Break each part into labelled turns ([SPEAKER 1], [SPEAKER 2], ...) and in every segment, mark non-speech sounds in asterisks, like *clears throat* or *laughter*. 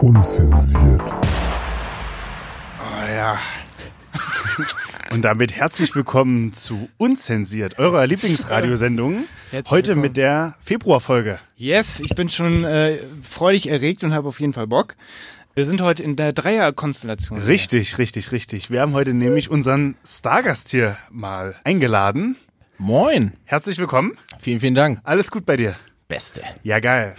[SPEAKER 1] Unzensiert.
[SPEAKER 2] Oh ja. Und damit herzlich willkommen zu Unzensiert, eurer Lieblingsradiosendung.
[SPEAKER 3] Herzlich
[SPEAKER 2] Heute
[SPEAKER 3] willkommen.
[SPEAKER 2] mit der Februarfolge.
[SPEAKER 3] Yes, ich bin schon äh, freudig erregt und habe auf jeden Fall Bock. Wir sind heute in der Dreierkonstellation.
[SPEAKER 2] Richtig, richtig, richtig. Wir haben heute nämlich unseren Stargast hier mal eingeladen.
[SPEAKER 4] Moin.
[SPEAKER 2] Herzlich willkommen.
[SPEAKER 4] Vielen, vielen Dank.
[SPEAKER 2] Alles gut bei dir?
[SPEAKER 4] Beste.
[SPEAKER 2] Ja, geil.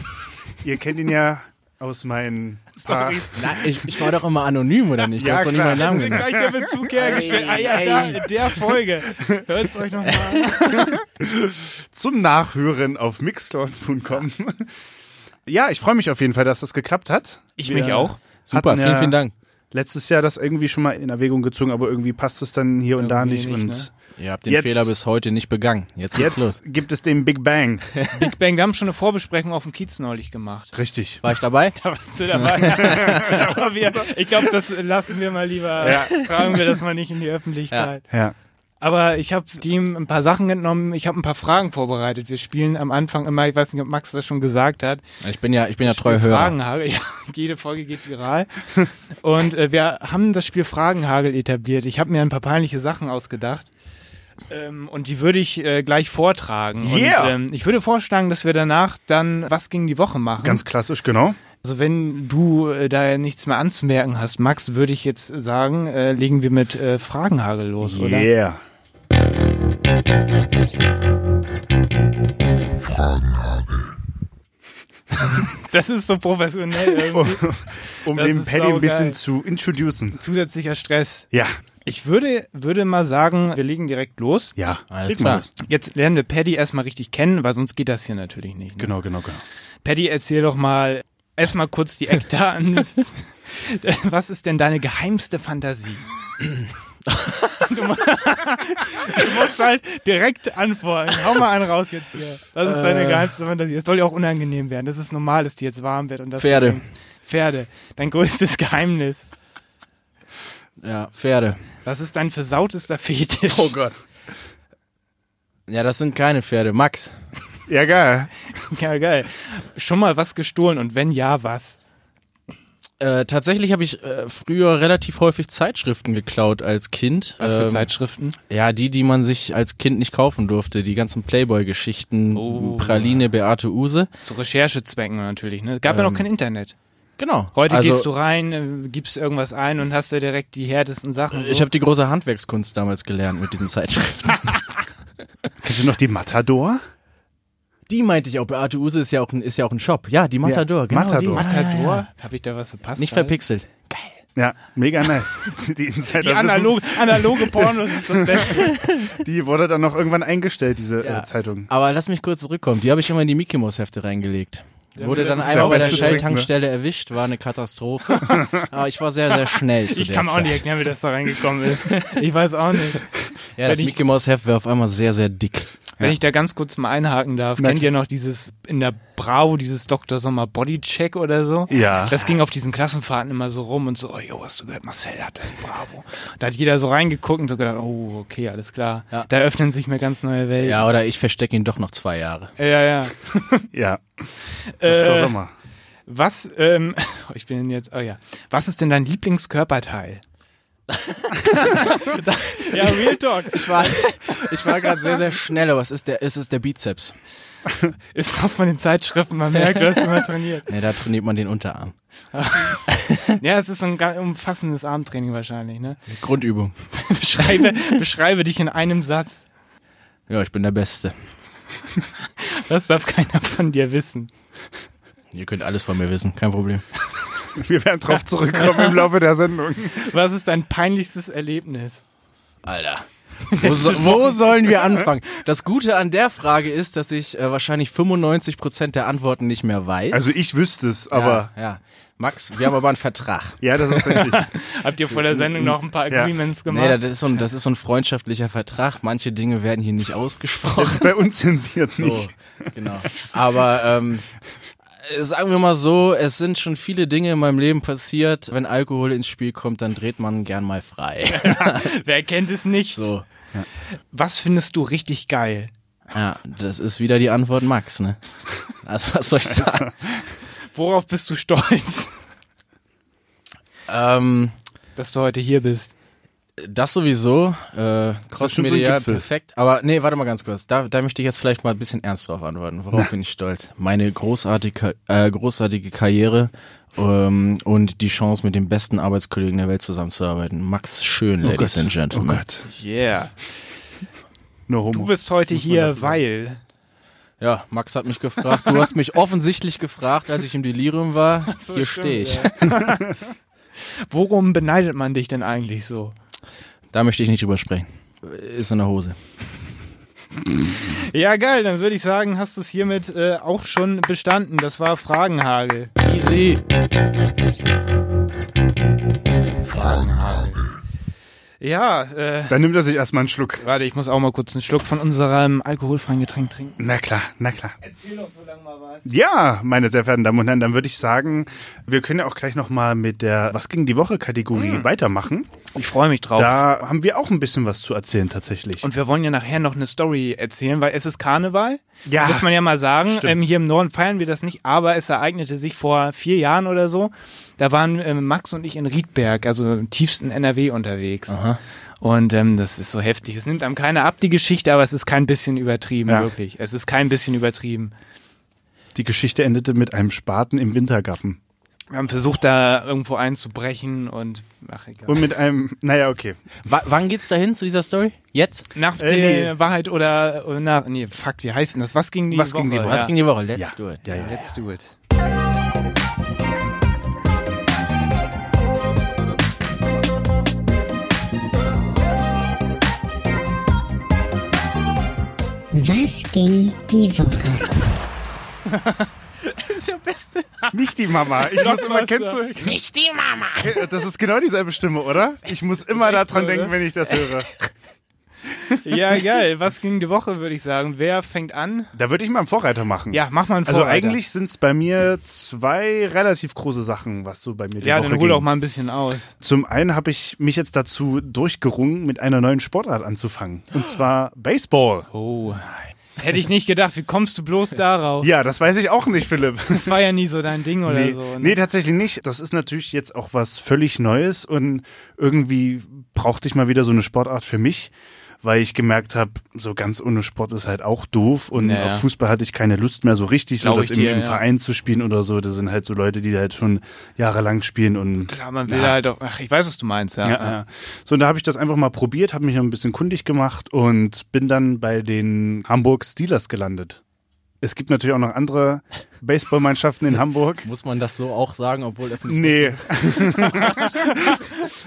[SPEAKER 2] Ihr kennt ihn ja aus meinen Stories.
[SPEAKER 4] Na, ich, ich war doch immer anonym, oder nicht? Du
[SPEAKER 2] Ja,
[SPEAKER 4] hast doch nicht
[SPEAKER 2] klar.
[SPEAKER 4] meinen Namen genannt.
[SPEAKER 3] Gleich der Bezug hergestellt. Ah ja, da, in der Folge. Hört's euch nochmal an.
[SPEAKER 2] zum Nachhören auf mixcloud.com. Ja, ich freue mich auf jeden Fall, dass das geklappt hat.
[SPEAKER 3] Ich
[SPEAKER 2] Wir
[SPEAKER 3] mich auch.
[SPEAKER 4] Super,
[SPEAKER 2] hatten
[SPEAKER 4] vielen, vielen Dank.
[SPEAKER 2] Letztes Jahr das irgendwie schon mal in Erwägung gezogen, aber irgendwie passt es dann hier und da
[SPEAKER 3] Irgendwie
[SPEAKER 2] nicht.
[SPEAKER 3] nicht,
[SPEAKER 2] und
[SPEAKER 3] ne?
[SPEAKER 4] Ihr habt den
[SPEAKER 2] Jetzt-
[SPEAKER 4] Fehler bis heute nicht begangen. Jetzt geht's
[SPEAKER 2] jetzt
[SPEAKER 4] los.
[SPEAKER 2] gibt es den Big Bang.
[SPEAKER 3] Big Bang, wir haben schon eine Vorbesprechung auf dem Kiez neulich *laughs* gemacht.
[SPEAKER 2] *laughs*
[SPEAKER 4] *laughs*
[SPEAKER 2] Richtig.
[SPEAKER 4] War ich dabei?
[SPEAKER 3] Da warst du dabei. Aber wir, ich glaube, das lassen wir mal lieber.
[SPEAKER 2] Ja.
[SPEAKER 3] Tragen wir das mal nicht in die Öffentlichkeit.
[SPEAKER 2] Ja.
[SPEAKER 3] Aber ich habe ihm ein paar Sachen entnommen. Ich habe ein paar Fragen vorbereitet. Wir spielen am Anfang immer, ich weiß nicht, ob Max das schon gesagt hat,
[SPEAKER 4] Ich bin ja, ich bin ja treu Hörer.
[SPEAKER 3] Fragenhagel. *laughs* Ja, jede Folge geht viral. Und äh, wir haben das Spiel Fragenhagel etabliert. Ich habe mir ein paar peinliche Sachen ausgedacht. Ähm, und die würde ich äh, gleich vortragen.
[SPEAKER 2] Yeah.
[SPEAKER 3] Und ähm, ich würde vorschlagen, dass wir danach dann was gegen die Woche machen.
[SPEAKER 2] Ganz klassisch, genau.
[SPEAKER 3] also wenn du äh, da nichts mehr anzumerken hast, Max, würde ich jetzt sagen, äh, legen wir mit äh, Fragenhagel los, oder?
[SPEAKER 2] Yeah.
[SPEAKER 1] Fragenhagel.
[SPEAKER 3] Das ist so professionell. *laughs* irgendwie.
[SPEAKER 2] *laughs* Um
[SPEAKER 3] Das
[SPEAKER 2] den
[SPEAKER 3] ist
[SPEAKER 2] Paddy ein bisschen
[SPEAKER 3] saugeil.
[SPEAKER 2] zu introducen.
[SPEAKER 3] Zusätzlicher Stress.
[SPEAKER 2] Ja,
[SPEAKER 3] Ich würde, würde mal sagen, wir legen direkt los.
[SPEAKER 2] ja.
[SPEAKER 4] Alles
[SPEAKER 2] Leg mal
[SPEAKER 4] klar.
[SPEAKER 2] los.
[SPEAKER 3] Jetzt lernen wir Paddy erstmal richtig kennen, weil sonst geht das hier natürlich nicht. Ne?
[SPEAKER 2] Genau, genau, genau.
[SPEAKER 3] Paddy, erzähl doch mal erstmal kurz die
[SPEAKER 4] *laughs*
[SPEAKER 3] Eckdaten. *laughs* Was ist denn deine geheimste
[SPEAKER 4] *laughs*
[SPEAKER 3] Fantasie? du, mu- *laughs* du musst halt direkt antworten. Hau mal einen raus jetzt hier. Was ist deine
[SPEAKER 4] Äh.
[SPEAKER 3] geheimste Fantasie? Es soll ja auch unangenehm werden. Das ist normal, dass dir jetzt warm wird. Und dass du
[SPEAKER 4] Pferde.
[SPEAKER 3] denkst, Pferde. Dein größtes Geheimnis.
[SPEAKER 4] Ja, Pferde.
[SPEAKER 3] Was ist dein versautester Fetisch?
[SPEAKER 4] Gott. Ja, das sind keine Pferde. Max.
[SPEAKER 2] Ja, geil.
[SPEAKER 3] *laughs* Ja, geil. Schon mal was gestohlen und wenn ja, was?
[SPEAKER 4] Äh, tatsächlich habe ich äh, früher relativ häufig Zeitschriften geklaut als Kind.
[SPEAKER 3] Was für
[SPEAKER 4] Ähm,
[SPEAKER 3] Zeitschriften?
[SPEAKER 4] Ja, die, die man sich als Kind nicht kaufen durfte. Die ganzen Playboy-Geschichten.
[SPEAKER 3] Oh.
[SPEAKER 4] Praline, Beate Use.
[SPEAKER 3] Zu Recherchezwecken natürlich, ne? Gab ja noch
[SPEAKER 4] Ähm,
[SPEAKER 3] kein Internet.
[SPEAKER 4] Genau.
[SPEAKER 3] Heute
[SPEAKER 4] also,
[SPEAKER 3] gehst du rein, äh, gibst irgendwas ein und hast da direkt die härtesten Sachen. So.
[SPEAKER 4] Äh, Also Ich habe die große Handwerkskunst damals gelernt mit diesen Zeitschriften.
[SPEAKER 2] Kennst du noch die Matador?
[SPEAKER 4] *laughs* Die meinte ich auch. Beate Use ist ja auch ein, ist ja auch ein Shop. Ja, die halt. Matador.
[SPEAKER 2] Ja,
[SPEAKER 4] genau
[SPEAKER 2] Matador.
[SPEAKER 4] Die.
[SPEAKER 3] Matador?
[SPEAKER 4] Ja, ja,
[SPEAKER 3] halt Hab ich da was verpasst?
[SPEAKER 4] ja. Nicht
[SPEAKER 3] Alter?
[SPEAKER 4] verpixelt.
[SPEAKER 2] Ja, mega nice. *laughs* Die Insider
[SPEAKER 3] Die analog, analoge Pornos ist das Beste.
[SPEAKER 2] die wurde dann noch irgendwann eingestellt, diese
[SPEAKER 4] Ja.
[SPEAKER 2] äh, Zeitung.
[SPEAKER 4] Aber lass mich kurz zurückkommen. Die habe ich immer in die Mickey Mouse Hefte reingelegt. Wurde
[SPEAKER 3] das
[SPEAKER 4] dann
[SPEAKER 3] ist
[SPEAKER 4] einmal
[SPEAKER 2] der
[SPEAKER 4] bei der ne?
[SPEAKER 2] beste Trick,
[SPEAKER 4] Shell-Tankstelle erwischt, war eine Katastrophe. Aber ich war sehr, sehr schnell *laughs* zu
[SPEAKER 3] Ich
[SPEAKER 4] der
[SPEAKER 3] kann mir auch
[SPEAKER 4] Zeit.
[SPEAKER 3] nicht erklären, wie das da reingekommen ist. Ich weiß auch nicht.
[SPEAKER 4] Ja, das
[SPEAKER 3] wenn ich-
[SPEAKER 4] Mickey Mouse Heft war auf einmal sehr, sehr dick.
[SPEAKER 3] Wenn ich da ganz kurz mal einhaken darf,
[SPEAKER 2] Na
[SPEAKER 3] kennt
[SPEAKER 2] klar.
[SPEAKER 3] ihr noch dieses in der Brau, dieses Dr. Sommer Bodycheck oder so?
[SPEAKER 2] Ja.
[SPEAKER 3] Das ging auf diesen Klassenfahrten immer so rum und so, oh, yo, hast du gehört, Marcel hat einen Bravo. Da hat jeder so reingeguckt und so gedacht, oh, okay, alles klar.
[SPEAKER 4] Ja.
[SPEAKER 3] Da öffnen sich mir ganz neue Welten.
[SPEAKER 4] Ja, oder ich verstecke ihn doch noch zwei Jahre.
[SPEAKER 3] ja. ja.
[SPEAKER 2] Ja. Dr.
[SPEAKER 3] Äh,
[SPEAKER 2] Sommer.
[SPEAKER 3] was, ähm, *laughs* oh, ich bin jetzt, oh ja. Was ist denn dein Lieblingskörperteil? ja, Real Talk.
[SPEAKER 4] Ich war, ich war gerade sehr, sehr schnell, aber es ist der, es ist der Bizeps.
[SPEAKER 3] Ist auch von den Zeitschriften, man merkt, du hast immer trainiert.
[SPEAKER 4] Ne, da trainiert man den Unterarm.
[SPEAKER 3] Ja, es ist so ein ga- umfassendes Armtraining wahrscheinlich, ne?
[SPEAKER 4] Grundübung.
[SPEAKER 3] Beschreibe, beschreibe dich in einem Satz.
[SPEAKER 4] Ja, ich bin der Beste.
[SPEAKER 3] Das darf keiner von dir wissen.
[SPEAKER 4] Ihr könnt alles von mir wissen, kein Problem.
[SPEAKER 2] Wir werden drauf zurückkommen im Laufe der Sendung.
[SPEAKER 3] Was ist dein peinlichstes Erlebnis?
[SPEAKER 4] Alter. Wo, so, wo sollen wir anfangen? Das Gute an der Frage ist, dass ich äh, wahrscheinlich 95% der Antworten nicht mehr weiß.
[SPEAKER 2] Also ich wüsste es, aber
[SPEAKER 4] ja, ja. Max, wir haben aber einen Vertrag.
[SPEAKER 2] ja, das ist richtig.
[SPEAKER 3] Habt ihr vor der Sendung noch ein paar
[SPEAKER 2] Ja.
[SPEAKER 3] Agreements gemacht?
[SPEAKER 4] Nee, das ist, so ein, das ist so ein freundschaftlicher Vertrag. Manche Dinge werden hier nicht
[SPEAKER 2] *laughs*
[SPEAKER 4] ausgesprochen.
[SPEAKER 2] Bei uns zensiert
[SPEAKER 4] So,
[SPEAKER 2] nicht.
[SPEAKER 4] genau. Aber ähm, äh, sagen wir mal so, es sind schon viele Dinge in meinem Leben passiert. Wenn Alkohol ins Spiel kommt, dann dreht man gern mal frei.
[SPEAKER 3] Wer kennt es nicht?
[SPEAKER 4] So.
[SPEAKER 3] Was findest du richtig geil?
[SPEAKER 4] Ja, das ist wieder die Antwort Max, ne? Also was soll ich sagen?
[SPEAKER 3] Worauf bist du stolz, *laughs*
[SPEAKER 4] Ähm,
[SPEAKER 3] dass du heute hier bist?
[SPEAKER 4] das sowieso,
[SPEAKER 2] schon
[SPEAKER 4] äh,
[SPEAKER 2] so ein
[SPEAKER 4] crossmedial,
[SPEAKER 2] Gipfel.
[SPEAKER 4] perfekt. Aber nee, warte mal ganz kurz. Da, da möchte ich jetzt vielleicht mal ein bisschen ernst drauf antworten. Worauf bin ich stolz? Meine großartige, äh, großartige Karriere ähm, und die Chance, mit dem besten Arbeitskollegen der Welt zusammenzuarbeiten. Max Schön, Ladies and
[SPEAKER 2] Oh
[SPEAKER 4] Gentlemen.
[SPEAKER 2] Gott.
[SPEAKER 3] Yeah.
[SPEAKER 2] No homo.
[SPEAKER 3] Du bist heute
[SPEAKER 2] man dazu
[SPEAKER 3] hier,
[SPEAKER 2] sagen.
[SPEAKER 3] weil.
[SPEAKER 4] Ja, Max hat mich gefragt. Du hast mich offensichtlich gefragt, als ich im
[SPEAKER 2] *laughs*
[SPEAKER 4] Delirium war.
[SPEAKER 3] so,
[SPEAKER 4] Hier
[SPEAKER 3] stimmt,
[SPEAKER 4] stehe ich.
[SPEAKER 3] ja. *laughs* Worum beneidet man dich denn eigentlich so?
[SPEAKER 4] Da möchte ich nicht drüber sprechen. Ist in der Hose.
[SPEAKER 3] Ja, geil, dann würde ich sagen, hast du es hiermit äh, auch schon bestanden. Das war Fragenhagel.
[SPEAKER 4] Easy.
[SPEAKER 3] Ja, äh,
[SPEAKER 2] Dann nimmt er sich erstmal einen Schluck.
[SPEAKER 3] warte, ich muss auch mal kurz einen Schluck von unserem alkoholfreien Getränk trinken.
[SPEAKER 2] Na klar, na klar.
[SPEAKER 3] Erzähl doch so lange mal was.
[SPEAKER 2] Ja, meine sehr verehrten Damen und Herren, dann würde ich sagen, wir können ja auch gleich nochmal mit der Was ging die Woche Kategorie
[SPEAKER 3] Mhm.
[SPEAKER 2] weitermachen.
[SPEAKER 3] Ich freue mich drauf.
[SPEAKER 2] Da haben wir auch ein bisschen was zu erzählen tatsächlich.
[SPEAKER 3] Und wir wollen ja nachher noch eine Story erzählen, weil es ist Karneval.
[SPEAKER 2] Ja.
[SPEAKER 3] Muss man ja mal sagen.
[SPEAKER 2] Stimmt.
[SPEAKER 3] Ähm, hier im Norden feiern wir das nicht, aber es ereignete sich vor vier Jahren oder so. Da waren ähm, Max und ich in Riedberg, also im tiefsten NRW unterwegs. Und ähm, das ist so heftig. Es nimmt einem keiner ab, die Geschichte, aber es ist kein bisschen übertrieben,
[SPEAKER 2] Ja.
[SPEAKER 3] wirklich. Es ist kein bisschen übertrieben.
[SPEAKER 2] Die Geschichte endete mit einem Spaten im Wintergappen.
[SPEAKER 3] Wir haben versucht, da irgendwo einzubrechen und ach egal.
[SPEAKER 2] Und mit einem, naja,
[SPEAKER 3] *laughs*
[SPEAKER 2] okay.
[SPEAKER 4] W wann geht's dahin zu dieser Story? Jetzt?
[SPEAKER 3] nach
[SPEAKER 2] Äh,
[SPEAKER 3] der Wahrheit oder äh, nach, nee, fuck, wie heißt denn das? Was ging die
[SPEAKER 2] Was
[SPEAKER 3] Woche?
[SPEAKER 2] ging die Woche?
[SPEAKER 4] Was
[SPEAKER 3] Ja.
[SPEAKER 4] ging die Woche? Let's
[SPEAKER 2] Ja.
[SPEAKER 4] do it.
[SPEAKER 2] Ja, ja.
[SPEAKER 3] Let's do it.
[SPEAKER 1] Was ging die Woche?
[SPEAKER 3] Das ist der Beste.
[SPEAKER 2] Nicht die Mama. Ich muss immer, kennst du?
[SPEAKER 4] Nicht die Mama.
[SPEAKER 2] Das ist genau dieselbe Stimme, oder? Ich muss immer
[SPEAKER 3] echt
[SPEAKER 2] daran
[SPEAKER 3] so, ne?
[SPEAKER 2] denken,
[SPEAKER 3] oder?
[SPEAKER 2] wenn ich das
[SPEAKER 3] *laughs*
[SPEAKER 2] höre.
[SPEAKER 3] Ja, geil. Was ging die Woche, würde ich sagen. Wer fängt an?
[SPEAKER 2] Da würde ich mal einen Vorreiter machen.
[SPEAKER 3] Ja, mach mal einen
[SPEAKER 2] Also
[SPEAKER 3] Vorreiter.
[SPEAKER 2] eigentlich sind es bei mir zwei relativ große Sachen, was so bei mir die
[SPEAKER 3] Ja,
[SPEAKER 2] Woche
[SPEAKER 3] dann hol
[SPEAKER 2] ging.
[SPEAKER 3] doch mal ein bisschen aus.
[SPEAKER 2] Zum einen habe ich mich jetzt dazu durchgerungen, mit einer neuen Sportart anzufangen. Und zwar Baseball.
[SPEAKER 3] Oh. Hätte ich nicht gedacht, wie kommst du bloß darauf?
[SPEAKER 2] Ja, das weiß ich auch nicht,
[SPEAKER 3] *laughs*
[SPEAKER 2] Philipp.
[SPEAKER 3] Das war ja nie so dein Ding oder
[SPEAKER 2] Nee,
[SPEAKER 3] so. ne?
[SPEAKER 2] nee, tatsächlich nicht. Das ist natürlich jetzt auch was völlig Neues und irgendwie brauchte ich mal wieder so eine Sportart für mich, weil ich gemerkt habe, so ganz ohne Sport ist halt auch doof und
[SPEAKER 3] Naja.
[SPEAKER 2] auf Fußball hatte ich keine Lust mehr so richtig, so
[SPEAKER 3] Glaub
[SPEAKER 2] das
[SPEAKER 3] ich
[SPEAKER 2] im,
[SPEAKER 3] dir,
[SPEAKER 2] im
[SPEAKER 3] ja.
[SPEAKER 2] Verein zu spielen oder so. Das sind halt so Leute, die da halt schon jahrelang spielen und
[SPEAKER 3] Klar, man will halt auch. Ach, ich weiß, was du meinst, ja.
[SPEAKER 2] Ja, ja. So, und da habe ich das einfach mal probiert, habe mich noch ein bisschen kundig gemacht und bin dann bei den Hamburg Steelers gelandet. Es gibt natürlich auch noch andere Baseballmannschaften in
[SPEAKER 3] *laughs*
[SPEAKER 2] Hamburg.
[SPEAKER 4] Muss man das so auch sagen, obwohl öffentlich.
[SPEAKER 2] Nee.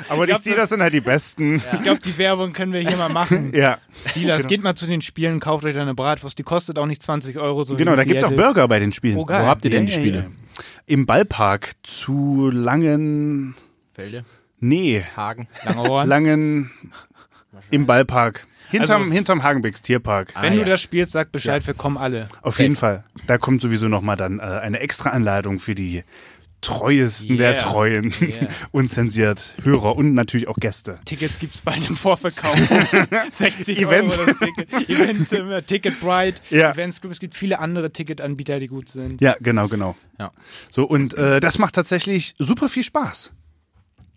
[SPEAKER 2] Aber die
[SPEAKER 3] glaub,
[SPEAKER 2] Steelers sind halt die besten.
[SPEAKER 3] Ich glaube, die Werbung können wir hier
[SPEAKER 2] *laughs*
[SPEAKER 3] mal machen.
[SPEAKER 2] Ja.
[SPEAKER 3] Steelers,
[SPEAKER 2] Genau.
[SPEAKER 3] geht mal zu den Spielen, kauft euch da eine Bratwurst. Die kostet auch nicht 20 Euro. So
[SPEAKER 2] Genau,
[SPEAKER 3] wie
[SPEAKER 2] da gibt's auch
[SPEAKER 3] Seattle.
[SPEAKER 2] Burger bei den Spielen.
[SPEAKER 3] Oh, geil.
[SPEAKER 4] Wo habt ihr denn
[SPEAKER 2] Ja,
[SPEAKER 4] die
[SPEAKER 2] ja,
[SPEAKER 4] Spiele?
[SPEAKER 2] ja. Im Ballpark zu langen.
[SPEAKER 4] Felde,
[SPEAKER 2] Nee.
[SPEAKER 4] Hagen.
[SPEAKER 2] *laughs*
[SPEAKER 3] Lange Ohren.
[SPEAKER 2] Langen. Im Ballpark. Hinterm,
[SPEAKER 3] Also-
[SPEAKER 2] hinterm Hagenbecks Tierpark.
[SPEAKER 3] Wenn
[SPEAKER 4] Ah,
[SPEAKER 3] du
[SPEAKER 4] ja.
[SPEAKER 3] das spielst, sag Bescheid, wir kommen alle.
[SPEAKER 2] Auf
[SPEAKER 4] Safe.
[SPEAKER 2] jeden Fall. Da kommt sowieso nochmal dann äh, eine extra Anleitung für die treuesten der
[SPEAKER 3] Yeah.
[SPEAKER 2] treuen,
[SPEAKER 3] Yeah.
[SPEAKER 2] *laughs* unzensiert Hörer und natürlich auch Gäste.
[SPEAKER 3] Tickets gibt's bald
[SPEAKER 2] *laughs*
[SPEAKER 3] im Vorverkauf. 60
[SPEAKER 2] Event.
[SPEAKER 3] Euro das Ticket. Event, äh, Ticket Bright,
[SPEAKER 2] Ja.
[SPEAKER 3] Event Script. Es gibt viele andere Ticketanbieter, die gut sind.
[SPEAKER 2] Ja, genau, genau.
[SPEAKER 4] Ja.
[SPEAKER 2] So, und äh, das macht tatsächlich super viel Spaß.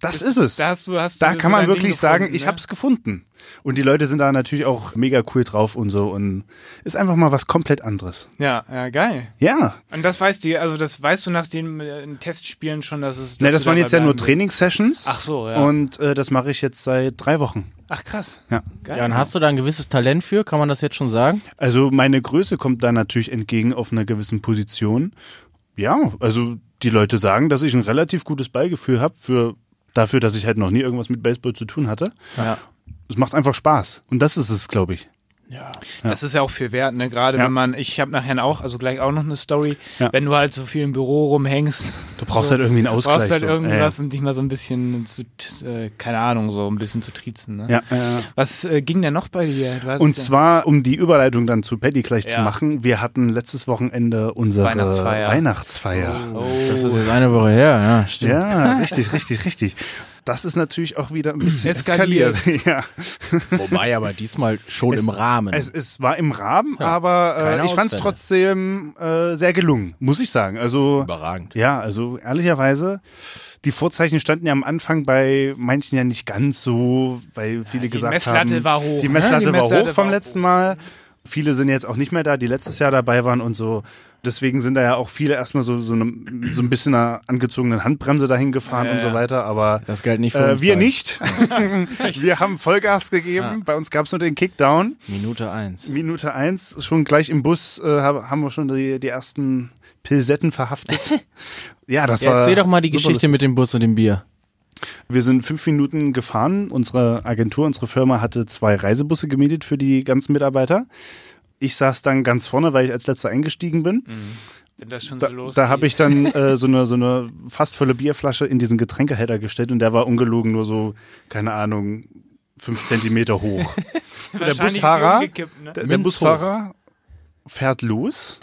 [SPEAKER 2] Das ist es.
[SPEAKER 3] Da hast du, hast du
[SPEAKER 2] da
[SPEAKER 3] so
[SPEAKER 2] kann man
[SPEAKER 3] dein Ding
[SPEAKER 2] wirklich sagen,
[SPEAKER 3] gefunden,
[SPEAKER 2] ich
[SPEAKER 3] ne?
[SPEAKER 2] hab's gefunden. Und die Leute sind da natürlich auch mega cool drauf und so und ist einfach mal was komplett anderes.
[SPEAKER 3] Ja, ja, geil.
[SPEAKER 2] Ja.
[SPEAKER 3] Und das weißt du, also das weißt du nach den äh, Testspielen schon, dass es.
[SPEAKER 2] Ne,
[SPEAKER 3] dass
[SPEAKER 2] das
[SPEAKER 3] du
[SPEAKER 2] waren
[SPEAKER 3] dabei
[SPEAKER 2] jetzt ja nur
[SPEAKER 3] bleiben
[SPEAKER 2] Trainingssessions.
[SPEAKER 3] Ach so, ja.
[SPEAKER 2] Und äh, das mache ich jetzt seit drei Wochen.
[SPEAKER 3] willst. Ach krass.
[SPEAKER 2] Ja. ne,
[SPEAKER 3] Geil.
[SPEAKER 4] Ja, und hast du da ein gewisses Talent für? Kann man das jetzt schon sagen?
[SPEAKER 2] Also meine Größe kommt da natürlich entgegen auf einer gewissen Position. Ja, also die Leute sagen, dass ich ein relativ gutes Ballgefühl habe für dafür, dass ich halt noch nie irgendwas mit Baseball zu tun hatte.
[SPEAKER 3] Ja.
[SPEAKER 2] Es macht einfach Spaß. Und das ist es, glaube ich.
[SPEAKER 3] Das ist ja auch viel wert, ne? Gerade
[SPEAKER 2] Ja.
[SPEAKER 3] wenn man, ich habe nachher auch, also gleich auch noch eine Story,
[SPEAKER 2] Ja.
[SPEAKER 3] wenn du halt so viel im Büro rumhängst.
[SPEAKER 2] Du brauchst
[SPEAKER 3] so,
[SPEAKER 2] halt irgendwie einen Ausgleich.
[SPEAKER 3] brauchst halt
[SPEAKER 2] so.
[SPEAKER 3] irgendwas, um dich mal so ein bisschen zu, äh, keine Ahnung, so ein bisschen zu triezen, ne?
[SPEAKER 2] Ja, ja. ja.
[SPEAKER 3] Was äh, ging denn noch bei dir? Du hast
[SPEAKER 2] Und
[SPEAKER 3] ja-
[SPEAKER 2] zwar, um die Überleitung dann zu Paddy gleich zu
[SPEAKER 3] Ja.
[SPEAKER 2] machen, wir hatten letztes Wochenende unsere
[SPEAKER 3] Weihnachtsfeier.
[SPEAKER 2] Weihnachtsfeier.
[SPEAKER 3] Oh.
[SPEAKER 4] Das ist jetzt eine Woche her, ja, Oh, stimmt.
[SPEAKER 2] Ja, richtig, richtig, richtig. Das ist natürlich auch wieder ein bisschen
[SPEAKER 3] Eskaliert.
[SPEAKER 2] eskaliert. *laughs* Ja.
[SPEAKER 4] *laughs* Wobei aber diesmal schon im Rahmen.
[SPEAKER 2] Es, es war im Rahmen,
[SPEAKER 4] Ja,
[SPEAKER 2] aber
[SPEAKER 4] keine
[SPEAKER 2] äh, ich fand es
[SPEAKER 4] Ausfälle.
[SPEAKER 2] trotzdem äh, sehr gelungen, muss ich sagen. Also
[SPEAKER 4] Überragend.
[SPEAKER 2] ja, also ehrlicherweise, die Vorzeichen standen ja am Anfang bei manchen ja nicht ganz so, weil viele
[SPEAKER 3] die
[SPEAKER 2] gesagt
[SPEAKER 3] Messlatte
[SPEAKER 2] haben,
[SPEAKER 3] war hoch,
[SPEAKER 2] die
[SPEAKER 3] ne?
[SPEAKER 2] Messlatte
[SPEAKER 3] Die
[SPEAKER 2] war
[SPEAKER 3] Messlatte
[SPEAKER 2] hoch vom
[SPEAKER 3] war
[SPEAKER 2] letzten Mal. Viele sind jetzt auch nicht mehr da, die letztes Jahr dabei waren und so. Deswegen sind da ja auch viele erstmal so so, ne, so ein bisschen einer angezogenen Handbremse dahin gefahren und so weiter. Aber
[SPEAKER 4] Das galt nicht für
[SPEAKER 2] äh,
[SPEAKER 4] uns
[SPEAKER 2] wir
[SPEAKER 4] beide.
[SPEAKER 2] nicht. wir haben Vollgas gegeben.
[SPEAKER 4] Ja.
[SPEAKER 2] Bei uns gab es nur den Kickdown.
[SPEAKER 4] Minute eins.
[SPEAKER 2] Minute eins, schon gleich im Bus äh, hab- haben wir schon die, die ersten Pilsetten verhaftet.
[SPEAKER 4] *laughs*
[SPEAKER 2] ja, das
[SPEAKER 4] Ja,
[SPEAKER 2] war.
[SPEAKER 4] erzähl doch mal die
[SPEAKER 2] super
[SPEAKER 4] Geschichte mit dem Bus und dem Bier.
[SPEAKER 2] lustig. Wir sind fünf Minuten gefahren. Unsere Agentur, unsere Firma hatte zwei Reisebusse gemietet für die ganzen Mitarbeiter. Ich saß dann ganz vorne, weil ich als letzter eingestiegen bin.
[SPEAKER 3] Wenn das schon
[SPEAKER 2] Da,
[SPEAKER 3] so losgeht.
[SPEAKER 2] da habe ich dann äh, so, eine, so eine fast volle Bierflasche in diesen Getränkehälter gestellt und der war ungelogen nur so, keine Ahnung, fünf Zentimeter hoch.
[SPEAKER 3] Wahrscheinlich
[SPEAKER 2] Busfahrer-
[SPEAKER 3] so umgekippt, ne?
[SPEAKER 2] Der, der
[SPEAKER 4] Minz
[SPEAKER 2] Busfahrer fährt los.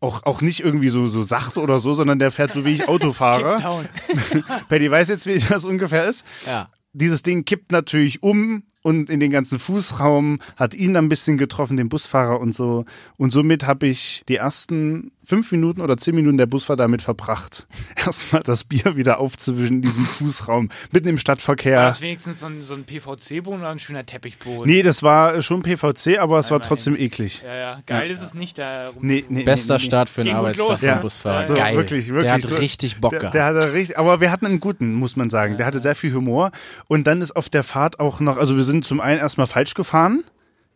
[SPEAKER 2] Auch, auch nicht irgendwie so, so sacht oder so, sondern der fährt so, wie
[SPEAKER 3] *laughs*
[SPEAKER 2] ich Auto fahre.
[SPEAKER 3] Down.
[SPEAKER 2] *laughs* Paddy weiß jetzt, wie das ungefähr ist.
[SPEAKER 4] Ja.
[SPEAKER 2] Dieses Ding kippt natürlich um und in den ganzen Fußraum hat ihn dann ein bisschen getroffen, den Busfahrer und so. Und somit habe ich die ersten fünf Minuten oder zehn Minuten der Busfahrt damit verbracht, *laughs* erstmal das Bier wieder aufzuwischen in diesem Fußraum, mitten im Stadtverkehr.
[SPEAKER 3] War das wenigstens so ein, so ein PVC-Boden oder ein schöner Teppichboden?
[SPEAKER 2] nee, das war schon PVC, aber es war
[SPEAKER 3] Immerhin.
[SPEAKER 2] trotzdem eklig.
[SPEAKER 3] Ja, ja. Geil ist es nicht, da rum
[SPEAKER 2] Nee,
[SPEAKER 3] zu-
[SPEAKER 2] nee,
[SPEAKER 4] Bester
[SPEAKER 2] nee, nee.
[SPEAKER 4] Start für einen
[SPEAKER 3] Ging gut
[SPEAKER 4] Arbeitstag
[SPEAKER 3] los,
[SPEAKER 4] für einen
[SPEAKER 2] ne?
[SPEAKER 4] Busfahrer.
[SPEAKER 3] Also
[SPEAKER 4] Geil.
[SPEAKER 2] wirklich, wirklich
[SPEAKER 4] Der hat
[SPEAKER 2] so-
[SPEAKER 4] richtig Bock gehabt.
[SPEAKER 2] Der, der hatte richtig, aber wir hatten einen guten, muss man sagen. Der hatte sehr viel Humor. Und dann ist auf der Fahrt auch noch, also wir sind zum einen erstmal falsch gefahren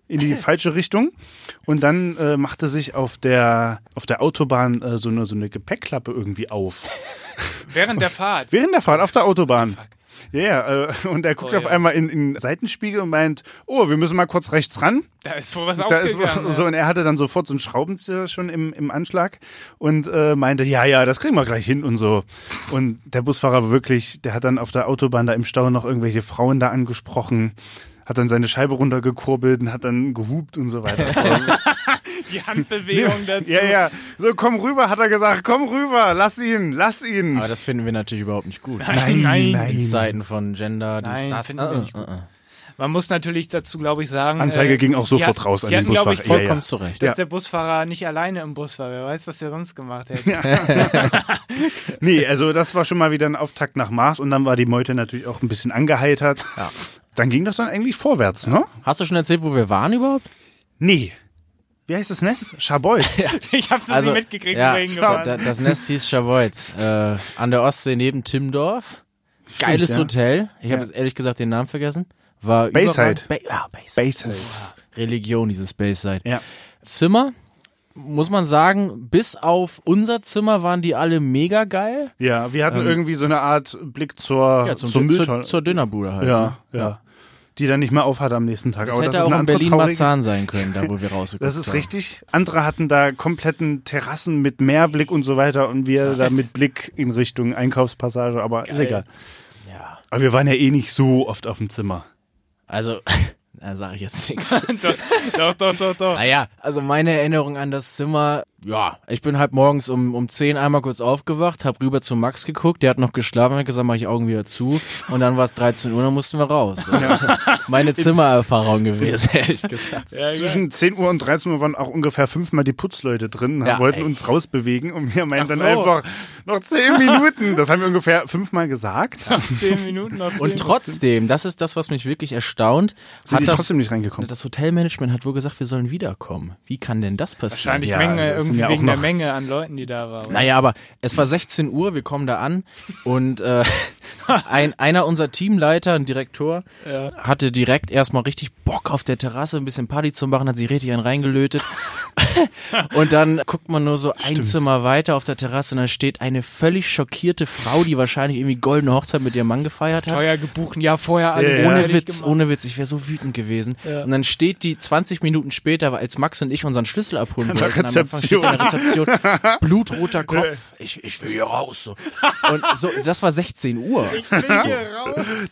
[SPEAKER 2] in die falsche Richtung und dann äh, machte sich auf der auf der Autobahn äh, so eine so eine Gepäckklappe irgendwie auf
[SPEAKER 3] Während der Fahrt.
[SPEAKER 2] während der Fahrt auf der Autobahn. Ja, ja, äh, und er guckt
[SPEAKER 3] Oh,
[SPEAKER 2] auf
[SPEAKER 3] ja.
[SPEAKER 2] einmal in, in den Seitenspiegel und meint, oh, wir müssen mal kurz rechts ran.
[SPEAKER 3] Da ist wohl was
[SPEAKER 2] Da ist
[SPEAKER 3] aufgegangen.
[SPEAKER 2] so,
[SPEAKER 3] ne?
[SPEAKER 2] und er hatte dann sofort so einen Schraubenzieher schon im, im Anschlag und äh, meinte, ja, ja, das kriegen wir gleich hin und so. Und der Busfahrer war wirklich, der hat dann auf der Autobahn da im Stau noch irgendwelche Frauen da angesprochen, hat dann seine Scheibe runtergekurbelt und hat dann gehupt und so weiter.
[SPEAKER 3] *laughs* Die Handbewegung dazu.
[SPEAKER 2] ja, ja, so komm rüber, hat er gesagt, komm rüber, lass ihn, lass ihn.
[SPEAKER 4] Aber das finden wir natürlich überhaupt nicht gut.
[SPEAKER 3] Nein, nein.
[SPEAKER 4] In Zeiten von Gender, dies,
[SPEAKER 3] Nein,
[SPEAKER 4] das.
[SPEAKER 3] finden wir
[SPEAKER 4] äh,
[SPEAKER 3] nicht
[SPEAKER 4] äh, äh.
[SPEAKER 3] Man muss natürlich dazu, glaube ich, sagen.
[SPEAKER 2] Anzeige ging auch
[SPEAKER 3] Äh, die
[SPEAKER 2] sofort raus an
[SPEAKER 3] die
[SPEAKER 2] den
[SPEAKER 3] hatten, glaub
[SPEAKER 2] Busfahrer.
[SPEAKER 3] Ich,
[SPEAKER 2] Ja,
[SPEAKER 3] voll-
[SPEAKER 2] ja.
[SPEAKER 4] Vollkommen zurecht.
[SPEAKER 3] Dass
[SPEAKER 2] Ja.
[SPEAKER 3] der Busfahrer nicht alleine im Bus war. Wer weiß, was der sonst gemacht hätte.
[SPEAKER 2] Nee, also das war schon mal wieder ein Auftakt nach Mars und dann war die Meute natürlich auch ein bisschen angeheitert.
[SPEAKER 4] Ja.
[SPEAKER 2] Dann ging das dann eigentlich vorwärts, ne?
[SPEAKER 4] Hast du schon erzählt, wo wir waren überhaupt?
[SPEAKER 2] Nee. Wie heißt das Nest? Schabolz.
[SPEAKER 3] *laughs* Ich habe das nicht mitgekriegt,
[SPEAKER 4] Also, ja,
[SPEAKER 3] wo er hingefahren
[SPEAKER 4] da, da, das Nest hieß Schabolz. Äh, an der Ostsee neben Timdorf. Geiles
[SPEAKER 2] ja.
[SPEAKER 4] Hotel. Ich habe jetzt ehrlich gesagt den Namen vergessen. War
[SPEAKER 2] Bayside.
[SPEAKER 4] überragend. Ba ah, Bayside.
[SPEAKER 2] Bayside.
[SPEAKER 4] Religion, dieses Bayside.
[SPEAKER 2] Ja.
[SPEAKER 4] Zimmer, muss man sagen, bis auf unser Zimmer waren die alle mega geil.
[SPEAKER 2] Ja, wir hatten irgendwie so eine Art Blick zur,
[SPEAKER 4] Ähm, Ja, zum,
[SPEAKER 2] zur Mülltonne.
[SPEAKER 4] zur, zur Dönerbude halt. ne?
[SPEAKER 2] ja, ja. Die dann nicht mehr aufhatte am nächsten Tag.
[SPEAKER 4] Das
[SPEAKER 2] Aber
[SPEAKER 4] hätte
[SPEAKER 2] das ist
[SPEAKER 4] auch
[SPEAKER 2] eine
[SPEAKER 4] in
[SPEAKER 2] andere traurige-
[SPEAKER 4] Berlin-Marzahn sein können, da wo wir rausgekommen
[SPEAKER 2] Das ist richtig. Andere hatten da kompletten Terrassen mit Meerblick und so weiter und wir da mit Blick in Richtung Einkaufspassage, aber ist egal.
[SPEAKER 4] Ja.
[SPEAKER 2] Aber wir waren ja eh nicht so oft auf dem Zimmer.
[SPEAKER 4] Also, *laughs* da sage ich jetzt nichts.
[SPEAKER 3] Doch, doch, doch, doch.
[SPEAKER 4] Naja, also meine Erinnerung an das Zimmer, ja, ich bin halt morgens um, um 10 einmal kurz aufgewacht, hab rüber zu Max geguckt, der hat noch geschlafen, hat gesagt, mach ich Augen wieder zu und dann war es 13 Uhr, dann mussten wir raus. Also, Meine Zimmererfahrung gewesen, ehrlich gesagt.
[SPEAKER 3] Ja, egal.
[SPEAKER 2] Zwischen 10 Uhr und 13 Uhr waren auch ungefähr fünfmal die Putzleute drin,
[SPEAKER 4] Ja,
[SPEAKER 2] wollten
[SPEAKER 4] ey.
[SPEAKER 2] uns rausbewegen und wir meinten
[SPEAKER 3] Ach
[SPEAKER 2] dann
[SPEAKER 3] so.
[SPEAKER 2] einfach noch 10 Minuten. Das haben wir ungefähr fünfmal gesagt.
[SPEAKER 3] zehn Minuten noch. zehn
[SPEAKER 4] Und trotzdem, das ist das, was mich wirklich erstaunt,
[SPEAKER 2] Sind die
[SPEAKER 4] hat das,
[SPEAKER 2] trotzdem nicht reingekommen.
[SPEAKER 4] das Hotelmanagement hat wohl gesagt, wir sollen wiederkommen. Wie kann denn das passieren?
[SPEAKER 3] Wahrscheinlich
[SPEAKER 2] Ja, also
[SPEAKER 3] Menge,
[SPEAKER 2] es sind
[SPEAKER 3] irgendwie
[SPEAKER 2] ja auch
[SPEAKER 3] wegen der
[SPEAKER 2] noch-
[SPEAKER 3] Menge an Leuten, die da waren.
[SPEAKER 4] Naja, aber es war 16 Uhr, wir kommen da an und äh, ein, einer unser Teamleiter, ein Direktor, hatte direkt erstmal richtig Bock auf der Terrasse ein bisschen Party zu machen, hat sich richtig einen reingelötet Und dann guckt man nur so ein Zimmer weiter auf der Terrasse und da steht eine völlig schockierte Frau, die wahrscheinlich irgendwie goldene Hochzeit mit ihrem Mann gefeiert hat.
[SPEAKER 3] Teuer gebucht, ein Jahr vorher alles.
[SPEAKER 2] Ja.
[SPEAKER 4] Ohne
[SPEAKER 3] fertig
[SPEAKER 4] Witz,
[SPEAKER 3] gemacht.
[SPEAKER 4] ohne Witz, ich wäre so wütend gewesen. Und dann steht die 20 Minuten später, als Max und ich unseren Schlüssel abholen wollten, am Anfang steht an der Rezeption,
[SPEAKER 2] *laughs*
[SPEAKER 4] blutroter Kopf, ich, ich will hier raus. So. Und so, das war 16 Uhr.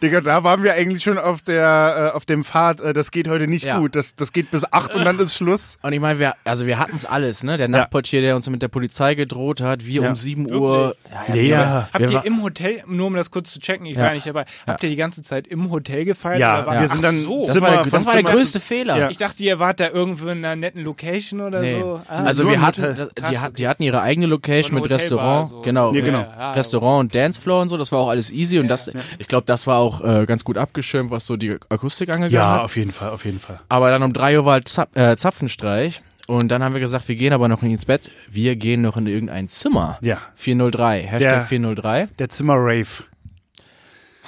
[SPEAKER 2] Digga, da waren wir eigentlich schon auf der äh, auf dem Pfad, äh, das geht heute nicht
[SPEAKER 4] Ja.
[SPEAKER 2] gut. Das, das geht bis acht und dann ist Schluss.
[SPEAKER 4] Und ich meine, wir, also wir hatten's alles, ne? Der Nachtportier, der uns mit der Polizei gedroht hat, wir um 7 Uhr. Ja,
[SPEAKER 2] Ja.
[SPEAKER 4] ja, Wir,
[SPEAKER 3] Habt
[SPEAKER 4] wir,
[SPEAKER 3] ihr
[SPEAKER 4] wir,
[SPEAKER 3] im Hotel, nur um das kurz zu checken, ich
[SPEAKER 4] Ja.
[SPEAKER 3] war nicht dabei, habt ihr die ganze Zeit im Hotel gefeiert?
[SPEAKER 2] Ja,
[SPEAKER 3] oder war-
[SPEAKER 2] wir sind
[SPEAKER 3] Ach
[SPEAKER 2] dann
[SPEAKER 3] so.
[SPEAKER 4] das war der,
[SPEAKER 2] Zimmer von
[SPEAKER 4] das war der
[SPEAKER 2] Zimmer-
[SPEAKER 4] größte Fehler.
[SPEAKER 2] Ja.
[SPEAKER 3] Ich dachte, ihr wart da irgendwo in einer netten Location oder
[SPEAKER 4] Nee.
[SPEAKER 3] so. Ah.
[SPEAKER 4] also
[SPEAKER 2] nur
[SPEAKER 4] wir
[SPEAKER 2] im
[SPEAKER 4] hatten,
[SPEAKER 2] Hotel.
[SPEAKER 4] das- die,
[SPEAKER 3] Krass,
[SPEAKER 4] hat-
[SPEAKER 3] okay.
[SPEAKER 4] die hatten ihre eigene Location
[SPEAKER 3] Und
[SPEAKER 4] mit
[SPEAKER 3] Hotelbar,
[SPEAKER 4] Restaurant,
[SPEAKER 3] so.
[SPEAKER 4] genau,
[SPEAKER 2] Ja, genau.
[SPEAKER 4] Ja, Restaurant und Dancefloor und so, das war auch alles easy und das, ich glaube, das war auch äh, ganz gut abgeschirmt, was so die Akustik angegangen
[SPEAKER 2] Ja,
[SPEAKER 4] hat.
[SPEAKER 2] auf jeden Fall, auf jeden Fall.
[SPEAKER 4] Aber dann um 3 Uhr war halt Zap äh, Zapfenstreich und dann haben wir gesagt, wir gehen aber noch nicht ins Bett, wir gehen noch in irgendein Zimmer.
[SPEAKER 2] Ja.
[SPEAKER 4] 403, Hashtag
[SPEAKER 2] Der-
[SPEAKER 4] 403.
[SPEAKER 2] Der Zimmer Rave.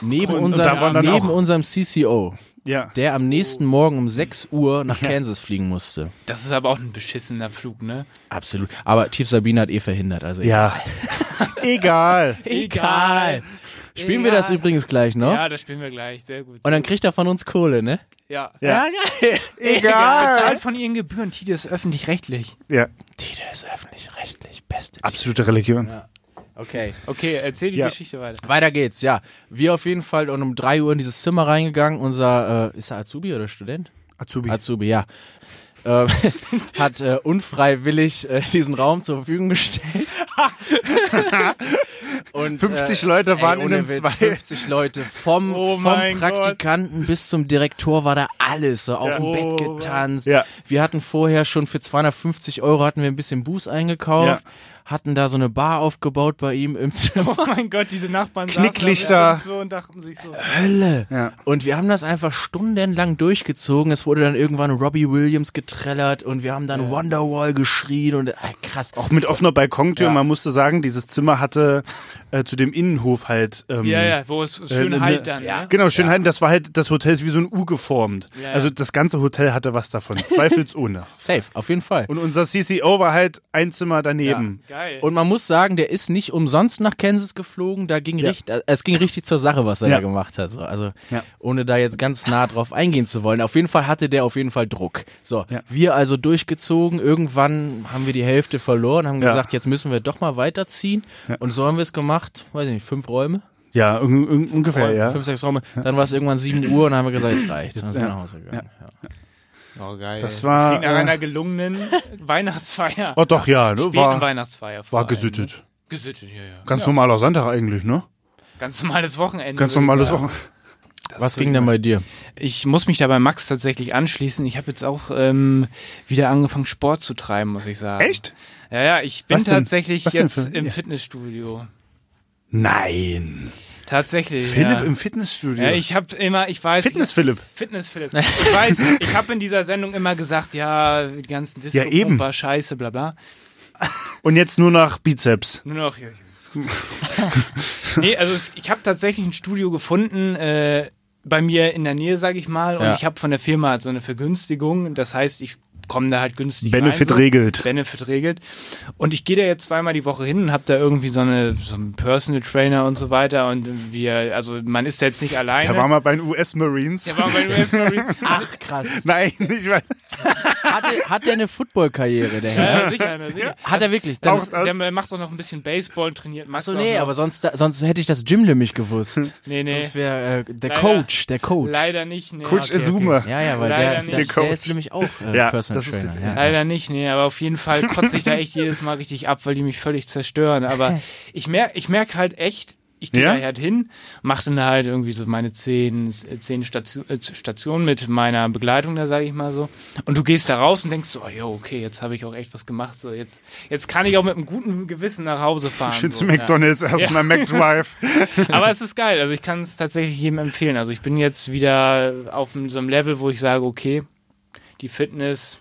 [SPEAKER 4] Neben,
[SPEAKER 2] Und- und da waren
[SPEAKER 4] unserem,
[SPEAKER 2] dann
[SPEAKER 4] neben
[SPEAKER 2] auch- Oh.
[SPEAKER 4] unserem CCO,
[SPEAKER 2] Ja.
[SPEAKER 4] der am nächsten Morgen um 6 Uhr nach Kansas fliegen musste.
[SPEAKER 3] Das ist aber auch ein beschissener Flug, ne?
[SPEAKER 4] Absolut. Aber Tief Sabine hat eh verhindert. Also
[SPEAKER 2] Ja. Egal.
[SPEAKER 4] Egal. Spielen wir das übrigens gleich noch.
[SPEAKER 3] Ja, das spielen wir gleich, sehr gut.
[SPEAKER 4] Und dann kriegt er von uns Kohle, ne?
[SPEAKER 3] ja.
[SPEAKER 2] Ja.
[SPEAKER 4] geil.
[SPEAKER 2] Egal.
[SPEAKER 3] Bezahlt von ihren Gebühren, Tide ist öffentlich-rechtlich.
[SPEAKER 2] Ja,
[SPEAKER 4] Tide ist öffentlich-rechtlich. Beste.
[SPEAKER 2] absolute Religion.
[SPEAKER 4] Okay.
[SPEAKER 3] Okay, erzähl die
[SPEAKER 2] Ja.
[SPEAKER 3] Geschichte weiter.
[SPEAKER 4] Weiter geht's, ja. Wir auf jeden Fall und um 3 Uhr in dieses Zimmer reingegangen. Unser, äh, ist er Azubi oder Student?
[SPEAKER 2] Azubi.
[SPEAKER 4] Azubi, ja. Ähm, *laughs* hat äh, unfreiwillig äh, diesen Raum zur
[SPEAKER 2] *laughs*
[SPEAKER 4] Verfügung gestellt. Und, äh,
[SPEAKER 2] 50 Leute waren in
[SPEAKER 4] ey, ohne
[SPEAKER 2] einem
[SPEAKER 4] Witz,
[SPEAKER 2] zwei-
[SPEAKER 4] 50 Leute. Vom,
[SPEAKER 3] Oh
[SPEAKER 4] vom
[SPEAKER 3] mein
[SPEAKER 4] Praktikanten bis zum Direktor war da alles. So auf dem Bett getanzt.
[SPEAKER 2] Oh, Ja.
[SPEAKER 4] Wir hatten vorher schon für 250 Euro hatten wir ein bisschen Buß eingekauft. Hatten da so eine Bar aufgebaut bei ihm im Zimmer.
[SPEAKER 3] *laughs* Oh mein Gott, diese Nachbarn
[SPEAKER 2] Knicklichter.
[SPEAKER 3] saßen da so und dachten sich so.
[SPEAKER 4] Hölle.
[SPEAKER 2] Ja.
[SPEAKER 4] Und wir haben das einfach stundenlang durchgezogen. Es wurde dann irgendwann Robbie Williams getrellert und wir haben dann Wonderwall geschrien und ah, krass.
[SPEAKER 2] Auch mit offener Balkontür.
[SPEAKER 4] Ja.
[SPEAKER 2] Man musste sagen, dieses Zimmer hatte äh, zu dem Innenhof halt. Ähm,
[SPEAKER 3] Ja, ja, wo es schön
[SPEAKER 2] ne-
[SPEAKER 3] halt dann. ne?
[SPEAKER 2] Genau, Schönheiten, das war halt, das Hotel ist wie so ein U geformt.
[SPEAKER 3] ja.
[SPEAKER 2] Also das ganze Hotel hatte was davon,
[SPEAKER 3] *laughs*
[SPEAKER 2] zweifelsohne.
[SPEAKER 4] Safe, auf jeden Fall. Und,
[SPEAKER 2] Und unser CCO war halt ein Zimmer daneben.
[SPEAKER 3] Geil.
[SPEAKER 4] man muss sagen, der ist nicht umsonst nach Kansas geflogen. Da ging
[SPEAKER 2] Ja.
[SPEAKER 4] richtig, es ging richtig zur Sache, was er
[SPEAKER 2] Ja.
[SPEAKER 4] da gemacht hat. So, also
[SPEAKER 2] Ja.
[SPEAKER 4] ohne da jetzt ganz nah drauf eingehen zu wollen. Auf jeden Fall hatte der auf jeden Fall Druck. So,
[SPEAKER 2] Ja.
[SPEAKER 4] wir also durchgezogen. Irgendwann haben wir die Hälfte verloren, haben
[SPEAKER 2] Ja.
[SPEAKER 4] gesagt, jetzt müssen wir doch mal weiterziehen. Und so haben wir es gemacht. Weiß ich nicht, fünf Räume.
[SPEAKER 2] Ja, un un ungefähr,
[SPEAKER 4] Räume,
[SPEAKER 2] ja.
[SPEAKER 4] fünf, sechs Räume. Dann war es irgendwann 7 Uhr und dann haben wir gesagt, jetzt reicht's. Dann sind wir nach Hause gegangen. Ja.
[SPEAKER 3] Oh, geil.
[SPEAKER 2] Das war,
[SPEAKER 3] ging nach
[SPEAKER 2] äh,
[SPEAKER 3] einer gelungenen *laughs* Weihnachtsfeier.
[SPEAKER 2] Oh doch, ja, ne?
[SPEAKER 3] Späten
[SPEAKER 2] war,
[SPEAKER 3] Weihnachtsfeier. vor
[SPEAKER 2] war
[SPEAKER 3] allem.
[SPEAKER 2] gesüttet.
[SPEAKER 3] Gesüttet, ja, ja.
[SPEAKER 2] Ganz normaler Sonntag eigentlich, ne?
[SPEAKER 3] Ganz normales Wochenende.
[SPEAKER 2] Ganz
[SPEAKER 3] würde ich
[SPEAKER 2] normales
[SPEAKER 3] sagen.
[SPEAKER 2] Wochen.
[SPEAKER 4] Was ging denn bei dir?
[SPEAKER 3] Ich muss mich da bei Max tatsächlich anschließen. Ich habe jetzt auch ähm, wieder angefangen, Sport zu treiben, muss ich sagen.
[SPEAKER 2] Echt?
[SPEAKER 3] Ja, ja, ich bin
[SPEAKER 2] Was denn?
[SPEAKER 3] tatsächlich
[SPEAKER 2] Was denn
[SPEAKER 3] jetzt
[SPEAKER 2] für-
[SPEAKER 3] im
[SPEAKER 2] ja.
[SPEAKER 3] Fitnessstudio.
[SPEAKER 2] Nein.
[SPEAKER 3] Tatsächlich.
[SPEAKER 2] Philipp
[SPEAKER 3] ja.
[SPEAKER 2] im Fitnessstudio.
[SPEAKER 3] ja, ich habe immer, ich weiß,
[SPEAKER 2] Fitness Philipp.
[SPEAKER 3] Fitness Philipp. Ich weiß, ich habe in dieser Sendung immer gesagt, ja, die ganzen disco
[SPEAKER 2] Ja, eben.
[SPEAKER 3] Pumper, Scheiße, bla bla.
[SPEAKER 2] Und jetzt nur nach Bizeps.
[SPEAKER 3] Nur noch hier. *laughs* nee, also es, ich habe tatsächlich ein Studio gefunden, äh, bei mir in der Nähe, sag ich mal, und
[SPEAKER 4] Ja.
[SPEAKER 3] ich habe von der Firma halt so eine Vergünstigung. Das heißt, ich komme da halt günstig
[SPEAKER 2] Benefit
[SPEAKER 3] rein, so.
[SPEAKER 2] regelt.
[SPEAKER 3] Benefit regelt. Und ich gehe da jetzt zweimal die Woche hin und habe da irgendwie so, eine, so einen Personal Trainer und so weiter. Und wir, also man ist da jetzt nicht alleine.
[SPEAKER 2] Der war mal bei den US Marines.
[SPEAKER 3] Der war bei den US
[SPEAKER 4] *laughs*
[SPEAKER 3] Marines.
[SPEAKER 4] Ach, krass.
[SPEAKER 2] Nein, ich weiß.
[SPEAKER 4] Hat, der- hat der eine Football-Karriere, der Herr?
[SPEAKER 3] Ja, sicher, na, sicher.
[SPEAKER 4] *laughs* Hat er wirklich? Das
[SPEAKER 2] Auch
[SPEAKER 4] ist,
[SPEAKER 2] das.
[SPEAKER 3] Der macht doch noch ein bisschen Baseball und trainiert. Max
[SPEAKER 4] Also, so,
[SPEAKER 3] auch
[SPEAKER 4] nee,
[SPEAKER 3] noch.
[SPEAKER 4] aber sonst, sonst hätte ich das Gym nämlich gewusst.
[SPEAKER 3] Nee, nee.
[SPEAKER 4] Sonst wäre äh, der
[SPEAKER 3] Leider-
[SPEAKER 4] Coach, der Coach.
[SPEAKER 3] Leider nicht, nee.
[SPEAKER 2] Coach
[SPEAKER 3] okay.
[SPEAKER 2] Azuma.
[SPEAKER 4] Ja, ja, weil
[SPEAKER 3] Leider
[SPEAKER 4] der,
[SPEAKER 3] nicht.
[SPEAKER 4] der,
[SPEAKER 2] Der
[SPEAKER 4] der
[SPEAKER 2] Coach.
[SPEAKER 4] ist nämlich auch äh,
[SPEAKER 2] Ja,
[SPEAKER 4] Personal
[SPEAKER 2] das ist
[SPEAKER 4] Trainer.
[SPEAKER 2] richtig.
[SPEAKER 4] Ja.
[SPEAKER 3] Leider nicht, nee, aber auf jeden Fall kotze ich da echt jedes Mal richtig ab, weil die mich völlig zerstören. Aber ich merke ich merk halt echt, ich gehe
[SPEAKER 2] Ja?
[SPEAKER 3] da halt hin, mache dann halt irgendwie so meine zehn, zehn Station, äh, Stationen mit meiner Begleitung, da sage ich mal so. Und du gehst da raus und denkst so, oh, jo, okay, jetzt habe ich auch echt was gemacht. So, jetzt, jetzt kann ich auch mit einem guten Gewissen nach Hause fahren.
[SPEAKER 2] Schön
[SPEAKER 3] so.
[SPEAKER 2] zu McDonalds, erstmal McDrive.
[SPEAKER 3] Aber es ist geil. Also ich kann es tatsächlich jedem empfehlen. Also ich bin jetzt wieder auf so einem Level, wo ich sage, okay, die Fitness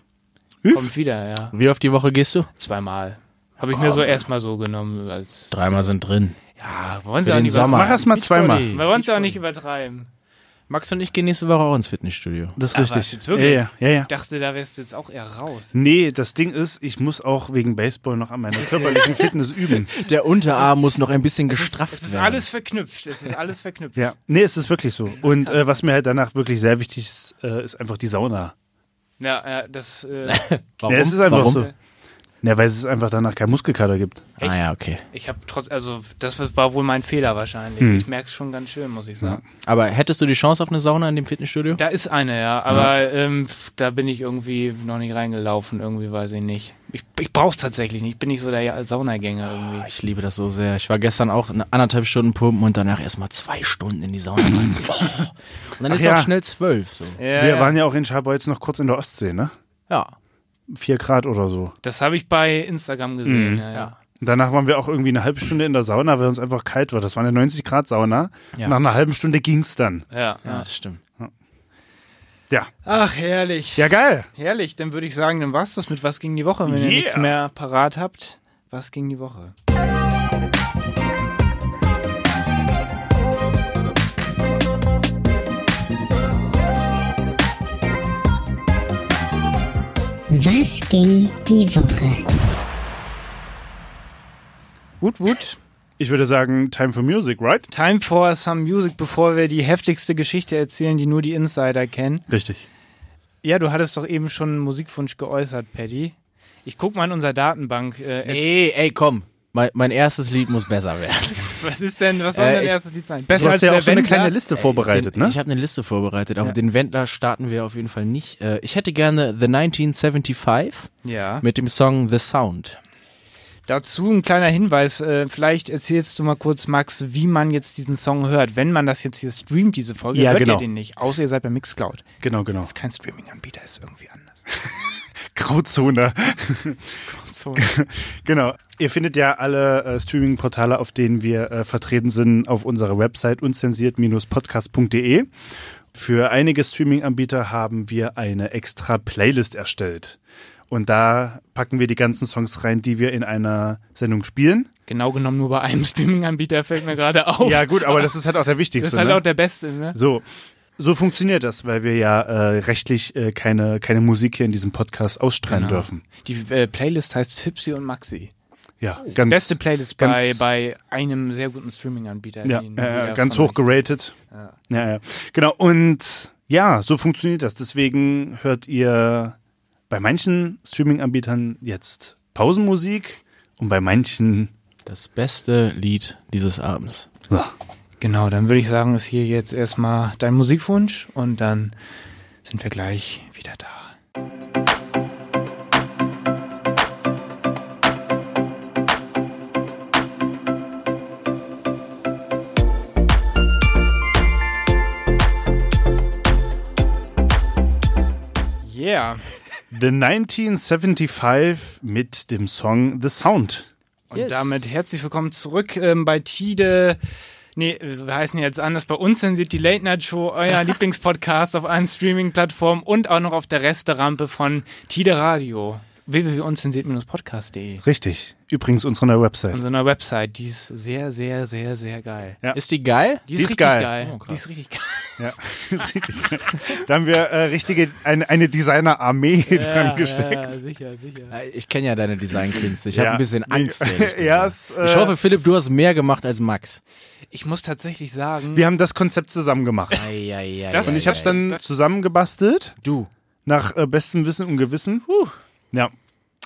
[SPEAKER 3] kommt wieder, ja.
[SPEAKER 4] Wie oft die Woche gehst du?
[SPEAKER 3] Zweimal. Habe ich mir so erstmal so genommen als.
[SPEAKER 4] Dreimal sind drin.
[SPEAKER 3] Ja, wollen
[SPEAKER 4] Für
[SPEAKER 3] sie auch
[SPEAKER 4] den
[SPEAKER 3] nicht
[SPEAKER 4] Sommer.
[SPEAKER 2] Mach erst mal zweimal.
[SPEAKER 3] übertreiben. Wir wollen sie auch nicht übertreiben.
[SPEAKER 4] Max und ich gehen nächste Woche auch ins Fitnessstudio.
[SPEAKER 2] *laughs* Das ist
[SPEAKER 3] Aber
[SPEAKER 2] richtig.
[SPEAKER 3] jetzt wirklich?
[SPEAKER 2] Ja, ja, ja, ja.
[SPEAKER 3] Ich dachte, da wärst du jetzt auch eher raus.
[SPEAKER 2] Nee, das Ding ist, ich muss auch wegen Baseball noch an meiner körperlichen Fitness üben.
[SPEAKER 4] Der Unterarm muss noch ein bisschen gestrafft
[SPEAKER 3] Es ist
[SPEAKER 4] werden.
[SPEAKER 3] alles verknüpft. Es ist alles
[SPEAKER 4] *laughs*
[SPEAKER 3] verknüpft.
[SPEAKER 2] Ja. Nee, es ist wirklich so. Und äh, was mir halt danach wirklich sehr wichtig ist, äh, ist einfach die Sauna.
[SPEAKER 3] Ja, ja das. Äh,
[SPEAKER 4] Warum?
[SPEAKER 2] Ja, es ist einfach
[SPEAKER 4] Warum?
[SPEAKER 2] so. Na, weil es einfach danach keinen Muskelkater gibt.
[SPEAKER 4] Ah ja, okay.
[SPEAKER 3] ich habe trotz. Also, das war wohl mein Fehler wahrscheinlich.
[SPEAKER 4] Hm.
[SPEAKER 3] Ich merke es schon ganz schön, muss ich sagen.
[SPEAKER 4] Aber hättest du die Chance auf eine Sauna in dem Fitnessstudio?
[SPEAKER 3] Da ist eine, ja. Aber Ähm, da bin ich irgendwie noch nicht reingelaufen. Irgendwie weiß ich nicht. Ich, ich brauch's tatsächlich nicht. Ich bin nicht so der Saunagänger irgendwie.
[SPEAKER 4] Ah, Ich liebe das so sehr. Ich war gestern auch eine anderthalb Stunden pumpen und danach erstmal zwei Stunden in die Sauna. *laughs* rein. Boah. und dann ist
[SPEAKER 2] ja.
[SPEAKER 4] auch schnell zwölf. So.
[SPEAKER 3] Ja,
[SPEAKER 2] Wir
[SPEAKER 3] ja.
[SPEAKER 2] waren ja auch in Scharbeutz noch kurz in der Ostsee, ne?
[SPEAKER 4] Ja.
[SPEAKER 2] Vier Grad oder so.
[SPEAKER 3] Das habe ich bei Instagram gesehen. Ja, ja.
[SPEAKER 4] Ja.
[SPEAKER 2] Und danach waren wir auch irgendwie eine halbe Stunde in der Sauna, weil uns einfach kalt war. Das war eine 90 Grad Sauna.
[SPEAKER 4] Ja.
[SPEAKER 2] Nach einer halben Stunde ging's dann.
[SPEAKER 3] Ja.
[SPEAKER 4] ja, das stimmt.
[SPEAKER 2] Ja.
[SPEAKER 3] Ach, herrlich.
[SPEAKER 2] Ja, geil.
[SPEAKER 3] Herrlich. Dann würde ich sagen, dann war's das mit Was ging die Woche. Wenn
[SPEAKER 2] Yeah.
[SPEAKER 3] ihr nichts mehr parat habt, was ging die Woche?
[SPEAKER 1] Was ging die Woche?
[SPEAKER 3] Gut, gut.
[SPEAKER 2] Ich würde sagen, time for music, right?
[SPEAKER 3] Time for some music, bevor wir die heftigste Geschichte erzählen, die nur die Insider kennen.
[SPEAKER 2] Richtig.
[SPEAKER 3] Ja, du hattest doch eben schon einen Musikwunsch geäußert, Paddy. Ich guck mal in unserer Datenbank. Äh, jetzt-
[SPEAKER 4] Nee, ey, komm. Mein, mein erstes Lied muss besser werden.
[SPEAKER 3] Was ist denn, was soll
[SPEAKER 4] Äh,
[SPEAKER 3] dein
[SPEAKER 4] ich-
[SPEAKER 3] erstes Lied sein?
[SPEAKER 2] Du hast ja auch so eine
[SPEAKER 3] halt Wendler? Äh,
[SPEAKER 2] kleine Liste vorbereitet,
[SPEAKER 4] den,
[SPEAKER 2] ne?
[SPEAKER 4] Ich habe eine Liste vorbereitet. Auf den Wendler starten wir auf jeden Fall nicht. Äh, Ich hätte gerne The 1975
[SPEAKER 3] Ja.
[SPEAKER 4] mit dem Song The Sound.
[SPEAKER 3] Dazu ein kleiner Hinweis. äh, Vielleicht erzählst du mal kurz, Max, wie man jetzt diesen Song hört. Wenn man das jetzt hier streamt, diese Folge,
[SPEAKER 2] Ja,
[SPEAKER 3] hört ihr
[SPEAKER 2] genau.
[SPEAKER 3] den nicht. Außer ihr seid bei Mixcloud.
[SPEAKER 2] Genau, genau.
[SPEAKER 3] Ist kein Streaming-Anbieter, ist irgendwie anders.
[SPEAKER 2] Grauzone. *laughs*
[SPEAKER 3] So. *laughs*
[SPEAKER 2] Genau. Ihr findet ja alle äh, Streaming-Portale, auf denen wir äh, vertreten sind, auf unserer Website unzensiert-podcast.de. Für einige Streaming-Anbieter haben wir eine extra Playlist erstellt. Und da packen wir die ganzen Songs rein, die wir in einer Sendung spielen.
[SPEAKER 3] Genau genommen nur bei einem Streaming-Anbieter fällt mir gerade auf.
[SPEAKER 2] Ja, gut, aber das ist halt auch der
[SPEAKER 3] Oh. das
[SPEAKER 2] wichtigste.
[SPEAKER 3] ist halt
[SPEAKER 2] ne?
[SPEAKER 3] auch der Beste, ne?
[SPEAKER 2] So, so funktioniert das, weil wir ja äh, rechtlich äh, keine, keine Musik hier in diesem Podcast ausstrahlen dürfen.
[SPEAKER 3] Die äh, Playlist heißt Fipsi und Maxi.
[SPEAKER 2] Ja,
[SPEAKER 3] Ganz,
[SPEAKER 2] ganz,
[SPEAKER 3] Beste Playlist
[SPEAKER 2] ganz-
[SPEAKER 3] bei, bei einem sehr guten Streaming-Anbieter.
[SPEAKER 2] ja,
[SPEAKER 3] den
[SPEAKER 2] äh,
[SPEAKER 3] jeder
[SPEAKER 2] ganz
[SPEAKER 3] von
[SPEAKER 2] hoch
[SPEAKER 3] euch-
[SPEAKER 2] geratet. Ja. Ja, Genau, und ja, so funktioniert das. Deswegen hört ihr bei manchen Streaming-Anbietern jetzt Pausenmusik und bei manchen.
[SPEAKER 4] Das beste Lied dieses Abends.
[SPEAKER 2] So.
[SPEAKER 3] Genau, dann würde ich sagen, ist hier jetzt erstmal dein Musikwunsch und dann sind wir gleich wieder da. Yeah.
[SPEAKER 2] The 1975 mit dem Song The Sound.
[SPEAKER 3] Und
[SPEAKER 4] Yes.
[SPEAKER 3] damit herzlich willkommen zurück ähm, bei Tide. Nee, äh, wir heißen jetzt anders. Bei uns sind die Late Night Show,
[SPEAKER 4] *laughs*
[SPEAKER 3] euer Lieblingspodcast auf allen Streaming-Plattformen und auch noch auf der Resterampe von Tide Radio. www.unzensiert-podcast.de.
[SPEAKER 2] Richtig. Übrigens unsere neue Website.
[SPEAKER 3] Unsere neue Website, die ist sehr, sehr, sehr, sehr geil.
[SPEAKER 2] Ja.
[SPEAKER 4] Ist die geil?
[SPEAKER 3] Die ist,
[SPEAKER 2] Die ist
[SPEAKER 3] richtig geil.
[SPEAKER 2] geil.
[SPEAKER 4] Oh, krass.
[SPEAKER 3] die ist
[SPEAKER 4] *laughs*
[SPEAKER 3] richtig geil.
[SPEAKER 2] Ja, *laughs* ist richtig. da haben wir äh, richtige, ein, eine Designer-Armee dran gesteckt.
[SPEAKER 3] Ja, ja, sicher, sicher.
[SPEAKER 4] Äh, Ich kenne ja deine Designkünste.
[SPEAKER 2] *laughs*
[SPEAKER 4] Ich
[SPEAKER 2] Ja,
[SPEAKER 4] habe ein bisschen Angst. ehrlich
[SPEAKER 2] *laughs*
[SPEAKER 4] gesagt.
[SPEAKER 2] Ja, es, äh,
[SPEAKER 4] Ich hoffe, Philipp, du hast mehr gemacht als Max.
[SPEAKER 3] Ich muss tatsächlich sagen,
[SPEAKER 2] wir haben das Konzept zusammen gemacht.
[SPEAKER 4] Eieiei.
[SPEAKER 3] Das-
[SPEAKER 2] Und ich habe es dann zusammengebastelt,
[SPEAKER 4] Du.
[SPEAKER 2] nach äh, bestem Wissen und Gewissen. Ja,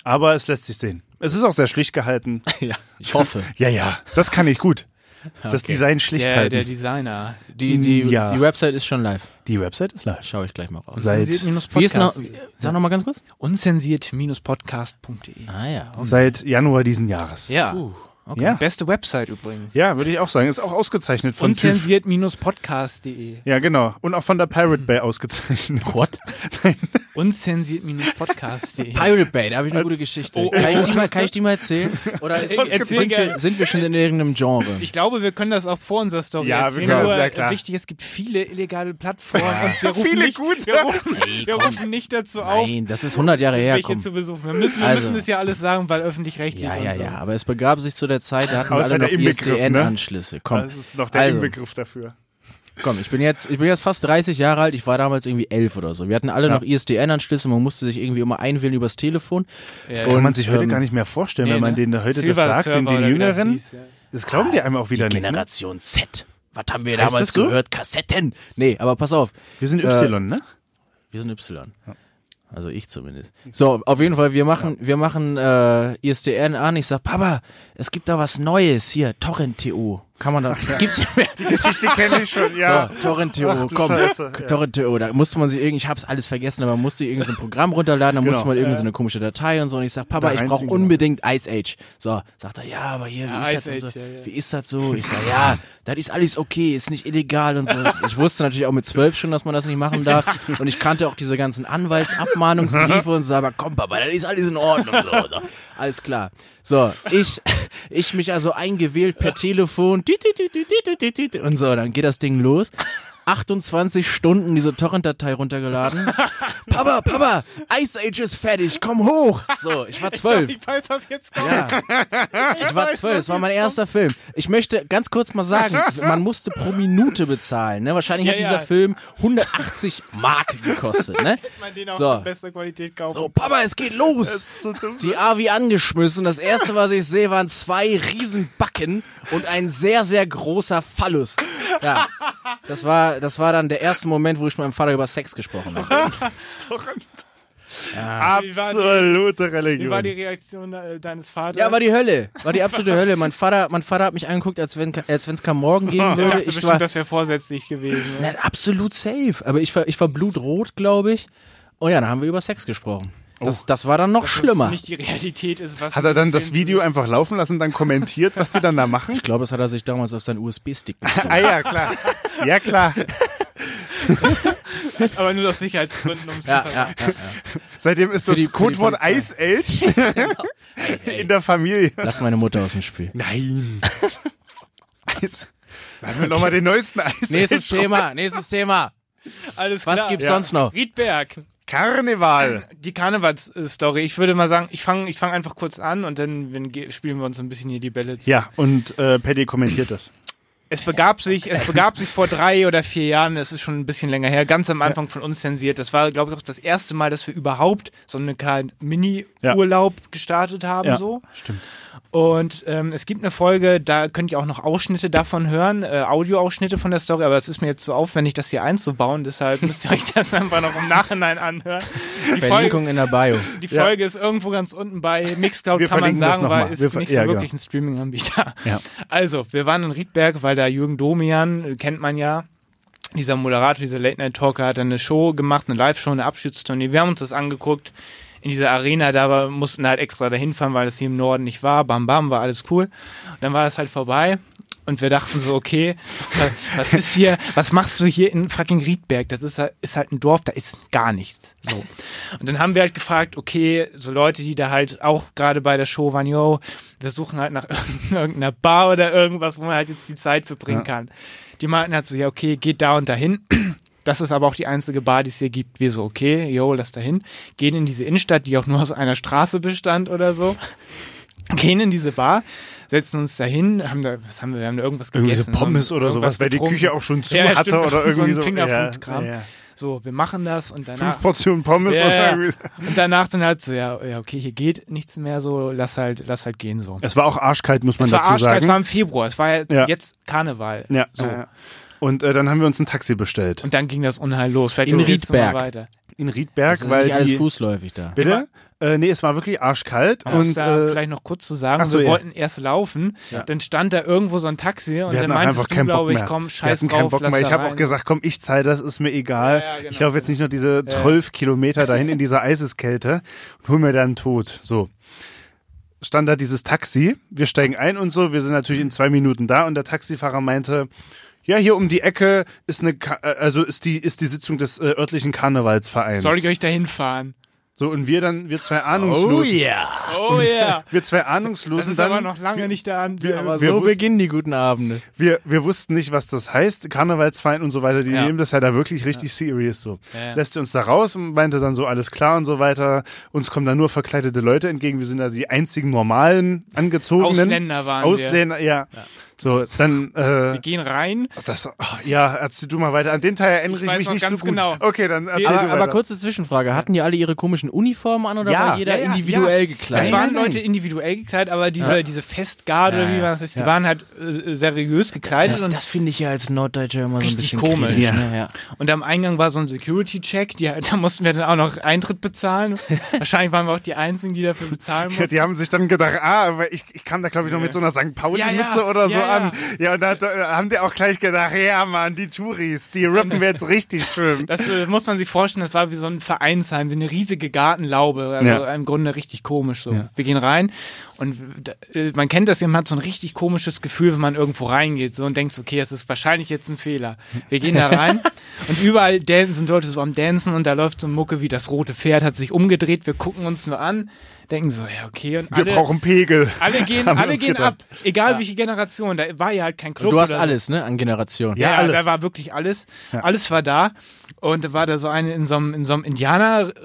[SPEAKER 2] aber es lässt sich sehen. Es ist auch sehr schlicht gehalten.
[SPEAKER 4] *laughs* *laughs* Ja, ich
[SPEAKER 2] *laughs*
[SPEAKER 4] hoffe.
[SPEAKER 2] Ja, ja, das kann ich gut. Das
[SPEAKER 4] Okay.
[SPEAKER 2] Design schlicht
[SPEAKER 3] der,
[SPEAKER 2] halten.
[SPEAKER 3] der Designer.
[SPEAKER 4] Die, die,
[SPEAKER 2] Mm, Ja.
[SPEAKER 4] die Website ist schon live.
[SPEAKER 2] die Website ist live.
[SPEAKER 4] Schaue ich gleich mal raus.
[SPEAKER 2] Seit,
[SPEAKER 4] Wie ist noch,
[SPEAKER 3] Unzensiert-podcast.
[SPEAKER 4] sag noch mal ganz kurz.
[SPEAKER 3] Unzensiert-podcast.de.
[SPEAKER 4] Ah ja. okay.
[SPEAKER 2] seit Januar diesen Jahres.
[SPEAKER 3] Ja.
[SPEAKER 4] Puh, okay.
[SPEAKER 2] Ja,
[SPEAKER 3] Beste Website übrigens.
[SPEAKER 2] ja würde ich auch sagen. Ist auch ausgezeichnet von TÜV.
[SPEAKER 3] Unzensiert-podcast.de.
[SPEAKER 2] Ja, genau. Und auch von der Pirate Bay ausgezeichnet. *laughs*
[SPEAKER 4] What?
[SPEAKER 3] Unzensiert-podcast.de.
[SPEAKER 4] Hm. Pirate Bay, da habe ich eine gute Geschichte.
[SPEAKER 2] Oh,
[SPEAKER 4] Kann, ich die mal, kann ich die
[SPEAKER 2] *laughs*
[SPEAKER 4] mal erzählen? Oder ist,
[SPEAKER 3] Ey, erzähl
[SPEAKER 4] sind,
[SPEAKER 3] gerne.
[SPEAKER 4] wir, sind wir schon in irgendeinem Genre?
[SPEAKER 3] *laughs* Ich glaube, wir können das auch vor unserer Story
[SPEAKER 2] Ja, wir
[SPEAKER 3] erzählen.
[SPEAKER 2] können-
[SPEAKER 3] Nur
[SPEAKER 2] ja, klar.
[SPEAKER 3] wichtig, es gibt viele illegale Plattformen
[SPEAKER 2] *laughs*
[SPEAKER 3] und wir rufen
[SPEAKER 2] Viele
[SPEAKER 3] nicht,
[SPEAKER 2] gute.
[SPEAKER 3] Wir rufen,
[SPEAKER 4] Ey,
[SPEAKER 3] wir
[SPEAKER 4] komm.
[SPEAKER 3] rufen nicht dazu auf,
[SPEAKER 4] Nein, das ist 100 Jahre her.
[SPEAKER 3] welche
[SPEAKER 4] Komm.
[SPEAKER 3] zu besuchen. Wir müssen, wir
[SPEAKER 4] Also.
[SPEAKER 3] müssen das ja alles sagen, weil öffentlich-rechtlich
[SPEAKER 4] Ja, ja,
[SPEAKER 3] und so.
[SPEAKER 4] ja. Aber es begab sich zu der Zeit, da hatten
[SPEAKER 2] Aber es
[SPEAKER 4] wir alle
[SPEAKER 2] hat
[SPEAKER 4] noch
[SPEAKER 2] der Inbegriff, ne?
[SPEAKER 4] ISDN-Anschlüsse. Komm.
[SPEAKER 2] Das ist noch der
[SPEAKER 4] Genau. also,
[SPEAKER 2] Inbegriff dafür.
[SPEAKER 4] Komm, ich bin jetzt, ich bin jetzt fast 30 Jahre alt, ich war damals irgendwie elf oder so. Wir hatten alle noch ISDN-Anschlüsse, man musste sich irgendwie immer einwählen übers Telefon.
[SPEAKER 3] Das
[SPEAKER 2] Kann man sich heute gar nicht mehr vorstellen,
[SPEAKER 3] Nee,
[SPEAKER 2] wenn man
[SPEAKER 3] ne?
[SPEAKER 2] denen heute
[SPEAKER 3] Silver
[SPEAKER 2] das sagt, den,
[SPEAKER 3] Server
[SPEAKER 2] den
[SPEAKER 3] oder wie das
[SPEAKER 2] Jüngeren. Das,
[SPEAKER 3] hieß, ja.
[SPEAKER 2] glauben die einem auch wieder
[SPEAKER 4] die
[SPEAKER 2] nicht. Ne?
[SPEAKER 4] Generation Z. Was haben wir
[SPEAKER 2] Heißt
[SPEAKER 4] damals
[SPEAKER 2] das so?
[SPEAKER 4] gehört? Kassetten. Nee, aber pass auf.
[SPEAKER 2] Wir sind Y, ne?
[SPEAKER 4] Wir sind Y. Also ich zumindest. So, auf jeden Fall, wir machen, wir machen äh, ISDN an. Ich sag, Papa, es gibt da was Neues hier, Torrent.to. Kann man da, gibt's nicht mehr.
[SPEAKER 2] Geschichte kenne ich schon, ja.
[SPEAKER 4] So, Torrent.to,
[SPEAKER 2] Ach du
[SPEAKER 4] komm.
[SPEAKER 2] Scheiße, ja.
[SPEAKER 4] Torrent.to, da musste man sich irgendwie, ich hab's alles vergessen, aber man musste irgend so ein Programm runterladen, da musste
[SPEAKER 2] Genau.
[SPEAKER 4] man irgendwie so eine komische Datei und so. Und ich sag, Papa,
[SPEAKER 2] Da
[SPEAKER 4] ich brauche
[SPEAKER 2] reinziehen, genau.
[SPEAKER 4] unbedingt Ice Age. So, sagt er, ja, aber hier, wie
[SPEAKER 3] Ja,
[SPEAKER 4] ist
[SPEAKER 3] Ice
[SPEAKER 4] das denn
[SPEAKER 3] Age,
[SPEAKER 4] so?
[SPEAKER 3] ja, ja.
[SPEAKER 4] Wie ist das so? Ich sag, ja, das ist alles okay, ist nicht illegal und so. Ich wusste natürlich auch mit zwölf schon, dass man das nicht machen darf. Und ich kannte auch diese ganzen Anwaltsabmahnungsbriefe und so, aber komm, Papa, das ist alles in Ordnung. So, so. Alles klar. So, ich, ich mich also eingewählt per Telefon tüt, tüt, tüt, tüt, tüt, tüt, tüt, und so, dann geht das Ding los. 28 Stunden diese Torrent-Datei runtergeladen. Papa, Papa, Ice Age ist fertig, komm hoch. So, ich war zwölf.
[SPEAKER 3] Ich weiß, was jetzt kommt.
[SPEAKER 4] Ja. Ich war zwölf, es war mein erster Film. Ich möchte ganz kurz mal sagen, man musste pro Minute bezahlen. Ne? Wahrscheinlich
[SPEAKER 3] Ja,
[SPEAKER 4] hat dieser
[SPEAKER 3] ja.
[SPEAKER 4] Film 180 Mark gekostet. Ne?
[SPEAKER 3] Man den auch
[SPEAKER 4] So.
[SPEAKER 3] in bester Qualität kaufen.
[SPEAKER 4] So, Papa, es geht los. Die AVI angeschmissen. Das erste, was ich sehe, waren zwei Riesenbacken und ein sehr, sehr großer Phallus. Ja. Das war, das war dann der erste Moment, wo ich mit meinem Vater über Sex gesprochen habe.
[SPEAKER 2] Absolute
[SPEAKER 3] Wie war
[SPEAKER 2] Religion.
[SPEAKER 3] die Reaktion äh, deines Vaters?
[SPEAKER 4] Ja, war die Hölle. War die absolute Hölle. Mein Vater, mein Vater hat mich angeguckt, als wenn, als wenn's kein Morgen geben
[SPEAKER 3] ich
[SPEAKER 4] würde.
[SPEAKER 3] dachte
[SPEAKER 4] Ich
[SPEAKER 3] bestimmt,
[SPEAKER 4] war,
[SPEAKER 3] das wäre vorsätzlich gewesen.
[SPEAKER 4] Nein, absolut safe. Aber ich war, ich war blutrot, glaube ich. Und ja, dann haben wir über Sex gesprochen. Das, das war dann noch
[SPEAKER 3] Dass
[SPEAKER 4] schlimmer.
[SPEAKER 3] es Oh. nicht die Realität ist, was
[SPEAKER 2] Hat er dann das Video einfach laufen lassen und dann kommentiert, was die dann da machen?
[SPEAKER 4] ich glaube, das hat er sich damals auf seinen
[SPEAKER 3] *laughs*
[SPEAKER 4] USB-Stick gezogen.
[SPEAKER 2] Ah ja, klar. Ja, klar.
[SPEAKER 3] aber nur aus Sicherheitsgründen,
[SPEAKER 4] *laughs*
[SPEAKER 3] um es
[SPEAKER 4] ja,
[SPEAKER 3] zu
[SPEAKER 4] ja,
[SPEAKER 3] verraten.
[SPEAKER 4] ja.
[SPEAKER 2] Seitdem ist das
[SPEAKER 4] die- für die
[SPEAKER 2] Codewort
[SPEAKER 4] Polizei.
[SPEAKER 2] Ice Age *laughs* in der Familie.
[SPEAKER 4] Lass meine Mutter aus dem Spiel.
[SPEAKER 2] Nein. Eis. Lass mir nochmal den neuesten Eis.
[SPEAKER 4] Nächstes
[SPEAKER 2] Age-
[SPEAKER 4] Thema, nächstes Thema.
[SPEAKER 3] Alles klar.
[SPEAKER 4] Was gibt's
[SPEAKER 2] Ja.
[SPEAKER 4] sonst noch?
[SPEAKER 3] Riedberg,
[SPEAKER 2] Karneval.
[SPEAKER 3] die Karnevals-Story. Ich würde mal sagen, ich fange ich fang einfach kurz an und dann wenn, ge- spielen wir uns ein bisschen hier die Bälle zu.
[SPEAKER 2] Ja, und äh, Paddy kommentiert das.
[SPEAKER 3] Es begab sich, es begab sich vor drei oder vier Jahren, es ist schon ein bisschen länger her, ganz am Anfang von uns zensiert. Das war, glaube ich, auch das erste Mal, dass wir überhaupt so einen kleinen Mini-Urlaub gestartet haben.
[SPEAKER 2] Ja,
[SPEAKER 3] so.
[SPEAKER 2] stimmt.
[SPEAKER 3] Und ähm, es gibt eine Folge, da könnt ihr auch noch Ausschnitte davon hören, äh, Audioausschnitte von der Story, aber es ist mir jetzt so aufwendig, das hier einzubauen, deshalb *laughs* müsst ihr euch das einfach noch im Nachhinein anhören. Die Folge,
[SPEAKER 4] Verlinkung in der Bio.
[SPEAKER 3] die Folge ist irgendwo ganz unten bei Mixcloud,
[SPEAKER 2] Wir
[SPEAKER 3] kann man
[SPEAKER 2] verlinken das
[SPEAKER 3] sagen,
[SPEAKER 2] noch mal.
[SPEAKER 3] weil
[SPEAKER 2] Wir
[SPEAKER 3] ist
[SPEAKER 2] ver-
[SPEAKER 3] nicht so
[SPEAKER 2] ja, genau.
[SPEAKER 3] wirklich ein Streaming-Anbieter.
[SPEAKER 2] Ja.
[SPEAKER 3] Also, wir waren in Riedberg, weil da Jürgen Domian, äh, kennt man ja, dieser Moderator, dieser Late-Night-Talker, hat dann eine Show gemacht, eine Live-Show, eine Abschiedstournee. Wir haben uns das angeguckt in dieser Arena, da war, mussten halt extra dahin fahren, weil das hier im Norden nicht war. Bam, bam, war alles cool. Und dann war das halt vorbei. Und wir dachten so, okay, wa- was ist hier, was machst du hier in fucking Riedberg? Das ist halt, ist halt ein Dorf, da ist gar nichts. So. Und dann haben wir halt gefragt, okay, so Leute, die da halt auch gerade bei der Show waren, yo, wir suchen halt nach *laughs* irgendeiner Bar oder irgendwas, wo man halt jetzt die Zeit verbringen kann. Die meinten halt so, ja, okay, geht da und dahin. Das ist aber auch die einzige Bar, die es hier gibt. Wir so, okay, yo, lass da hin. Gehen in diese Innenstadt, die auch nur aus einer Straße bestand
[SPEAKER 2] *laughs*
[SPEAKER 3] oder so. Gehen in diese Bar, setzen uns dahin, haben da, was haben wir, wir haben da irgendwas
[SPEAKER 2] Irgendwie
[SPEAKER 3] gegessen.
[SPEAKER 2] so Pommes
[SPEAKER 3] haben
[SPEAKER 2] oder
[SPEAKER 3] irgendwas
[SPEAKER 2] sowas, weil die
[SPEAKER 3] getrunken.
[SPEAKER 2] Küche auch schon zu
[SPEAKER 3] ja,
[SPEAKER 2] hatte
[SPEAKER 3] stimmt,
[SPEAKER 2] oder irgendwie so.
[SPEAKER 3] *laughs* so. Ein Fingerfood-Kram.
[SPEAKER 2] Ja, ja.
[SPEAKER 3] So, wir machen das und danach.
[SPEAKER 2] Fünf Portionen Pommes
[SPEAKER 3] Ja,
[SPEAKER 2] und
[SPEAKER 3] ja.
[SPEAKER 2] irgendwie.
[SPEAKER 3] Und danach dann halt so, ja, ja, okay, hier geht nichts mehr so, lass halt, lass halt gehen so.
[SPEAKER 2] Es war auch arschkalt, muss man
[SPEAKER 3] Es war
[SPEAKER 2] dazu
[SPEAKER 3] arschkalt, es
[SPEAKER 2] sagen.
[SPEAKER 3] war im Februar, es war ja
[SPEAKER 2] Ja.
[SPEAKER 3] jetzt Karneval.
[SPEAKER 2] ja,
[SPEAKER 3] So.
[SPEAKER 2] ja. Und äh, dann haben wir uns ein Taxi bestellt.
[SPEAKER 3] Und dann ging das Unheil los. Vielleicht
[SPEAKER 4] In
[SPEAKER 3] erzählst du mal
[SPEAKER 4] Riedberg.
[SPEAKER 3] Weiter.
[SPEAKER 2] In Riedberg,
[SPEAKER 4] Das ist
[SPEAKER 2] weil
[SPEAKER 4] nicht alles
[SPEAKER 2] die,
[SPEAKER 4] fußläufig da.
[SPEAKER 2] Bitte? Äh, nee, es war wirklich arschkalt.
[SPEAKER 3] Um es
[SPEAKER 2] Und
[SPEAKER 3] da
[SPEAKER 2] äh,
[SPEAKER 3] vielleicht noch kurz zu sagen,
[SPEAKER 2] ach so,
[SPEAKER 3] wir
[SPEAKER 2] ja.
[SPEAKER 3] wollten erst laufen, dann stand da irgendwo so ein Taxi und
[SPEAKER 2] wir
[SPEAKER 3] dann
[SPEAKER 2] hatten auch einfach
[SPEAKER 3] meintest du,
[SPEAKER 2] keinen Bock
[SPEAKER 3] glaube ich,
[SPEAKER 2] mehr.
[SPEAKER 3] komm,
[SPEAKER 2] wir
[SPEAKER 3] scheiß
[SPEAKER 2] hatten
[SPEAKER 3] drauf,
[SPEAKER 2] keinen Bock
[SPEAKER 3] lass
[SPEAKER 2] mehr.
[SPEAKER 3] da
[SPEAKER 2] Ich habe
[SPEAKER 3] rein.
[SPEAKER 2] auch gesagt, komm, ich zahl das, ist mir egal.
[SPEAKER 3] Ja, ja, genau.
[SPEAKER 2] ich laufe jetzt nicht noch diese zwölf Kilometer dahin in
[SPEAKER 3] *laughs*
[SPEAKER 2] dieser Eiseskälte und hol mir dann tot. So. Stand da dieses Taxi, wir steigen ein und so, wir sind natürlich in zwei Minuten da und der Taxifahrer meinte, ja, hier um die Ecke ist eine, Ka äh, also ist die, ist die Sitzung des äh, örtlichen Karnevalsvereins.
[SPEAKER 3] soll ich euch dahin fahren?
[SPEAKER 2] So, und wir dann, wir zwei Ahnungslosen.
[SPEAKER 4] yeah.
[SPEAKER 3] Oh yeah.
[SPEAKER 2] Ah. *laughs* Wir zwei Ahnungslosen
[SPEAKER 3] Das ist
[SPEAKER 2] dann.
[SPEAKER 3] aber noch lange nicht der Anblick.
[SPEAKER 2] wir-
[SPEAKER 4] Aber
[SPEAKER 2] Wir
[SPEAKER 4] so
[SPEAKER 2] wus-
[SPEAKER 4] beginnen die guten Abende.
[SPEAKER 2] wir, wir wussten nicht, was das heißt. Karnevalsverein und so weiter, die
[SPEAKER 3] Ja.
[SPEAKER 2] nehmen das ja da wirklich richtig serious so.
[SPEAKER 3] Ja, ja.
[SPEAKER 2] Lässt sie uns da raus und meinte dann so, alles klar und so weiter. Uns kommen da nur verkleidete Leute entgegen. Wir sind da die einzigen normalen, angezogenen.
[SPEAKER 3] Ausländer waren wir.
[SPEAKER 2] Ausländer, ja. So, dann, äh,
[SPEAKER 3] Wir gehen rein.
[SPEAKER 2] das, oh, ja, erzähl du mal weiter. An den Teil erinnere ich
[SPEAKER 3] weiß
[SPEAKER 2] mich
[SPEAKER 3] noch
[SPEAKER 2] nicht
[SPEAKER 3] ganz
[SPEAKER 2] so gut.
[SPEAKER 3] genau.
[SPEAKER 2] Okay, dann erzähl
[SPEAKER 4] Aber,
[SPEAKER 2] du weiter.
[SPEAKER 4] aber kurze Zwischenfrage, hatten die alle ihre komischen Uniformen an oder
[SPEAKER 2] Ja,
[SPEAKER 4] war jeder
[SPEAKER 3] ne? ja, ja,
[SPEAKER 4] individuell
[SPEAKER 3] ja.
[SPEAKER 4] gekleidet?
[SPEAKER 3] Es
[SPEAKER 2] war-
[SPEAKER 3] waren
[SPEAKER 2] nein, nein.
[SPEAKER 3] Leute individuell gekleidet, aber diese, diese Festgarde,
[SPEAKER 4] Ja, ja.
[SPEAKER 3] wie man das heißt, die
[SPEAKER 4] Ja.
[SPEAKER 3] waren halt äh, seriös gekleidet.
[SPEAKER 4] das
[SPEAKER 3] und
[SPEAKER 4] das finde ich ja als Norddeutscher immer so ein
[SPEAKER 3] Richtig
[SPEAKER 4] bisschen
[SPEAKER 3] komisch.
[SPEAKER 4] kritisch,
[SPEAKER 2] Ja.
[SPEAKER 4] Ne? Ja.
[SPEAKER 3] Und am Eingang war so ein Security-Check, die- *laughs* da mussten wir dann auch noch
[SPEAKER 2] *laughs*
[SPEAKER 3] Eintritt bezahlen. Wahrscheinlich waren wir auch die Einzigen, die dafür bezahlen
[SPEAKER 2] Ja,
[SPEAKER 3] mussten.
[SPEAKER 2] die haben sich dann gedacht, ah, aber ich, ich kam da, glaube ich, noch mit so einer St.
[SPEAKER 3] Ja,
[SPEAKER 2] Pauli-Mütze
[SPEAKER 3] ja,
[SPEAKER 2] oder so
[SPEAKER 3] ja, ja.
[SPEAKER 2] an. Ja, und da, hat- da haben die auch gleich gedacht, ja, Mann, die Touris, die rippen wir jetzt richtig schön.
[SPEAKER 3] Das äh, muss man sich vorstellen, das war wie so ein Vereinsheim, wie eine riesige Gartenlaube. Also
[SPEAKER 2] Ja.
[SPEAKER 3] im Grunde richtig komisch so. Wir gehen rein und da, äh, man kennt das, man hat so ein richtig komisches Gefühl, wenn man irgendwo reingeht so und denkt, okay, das ist wahrscheinlich jetzt ein Fehler. Wir gehen
[SPEAKER 2] *laughs*
[SPEAKER 3] da rein und überall dancen, sind Leute so am Dancen und da läuft so eine Mucke wie das rote Pferd, hat sich umgedreht, wir gucken uns nur an, denken so, ja, okay. Und
[SPEAKER 2] Wir
[SPEAKER 3] alle,
[SPEAKER 2] brauchen Pegel. *laughs*
[SPEAKER 3] alle gehen,
[SPEAKER 2] haben wir
[SPEAKER 3] alle
[SPEAKER 2] uns
[SPEAKER 3] gehen
[SPEAKER 2] gedacht.
[SPEAKER 3] ab, egal welche Generation, da war ja halt kein Club.
[SPEAKER 4] Du hast
[SPEAKER 3] oder so.
[SPEAKER 4] alles, ne, an Generation.
[SPEAKER 3] Ja,
[SPEAKER 2] Ja, alles.
[SPEAKER 3] da war wirklich alles. Alles war da. Und da war da so eine in so einem, in so einem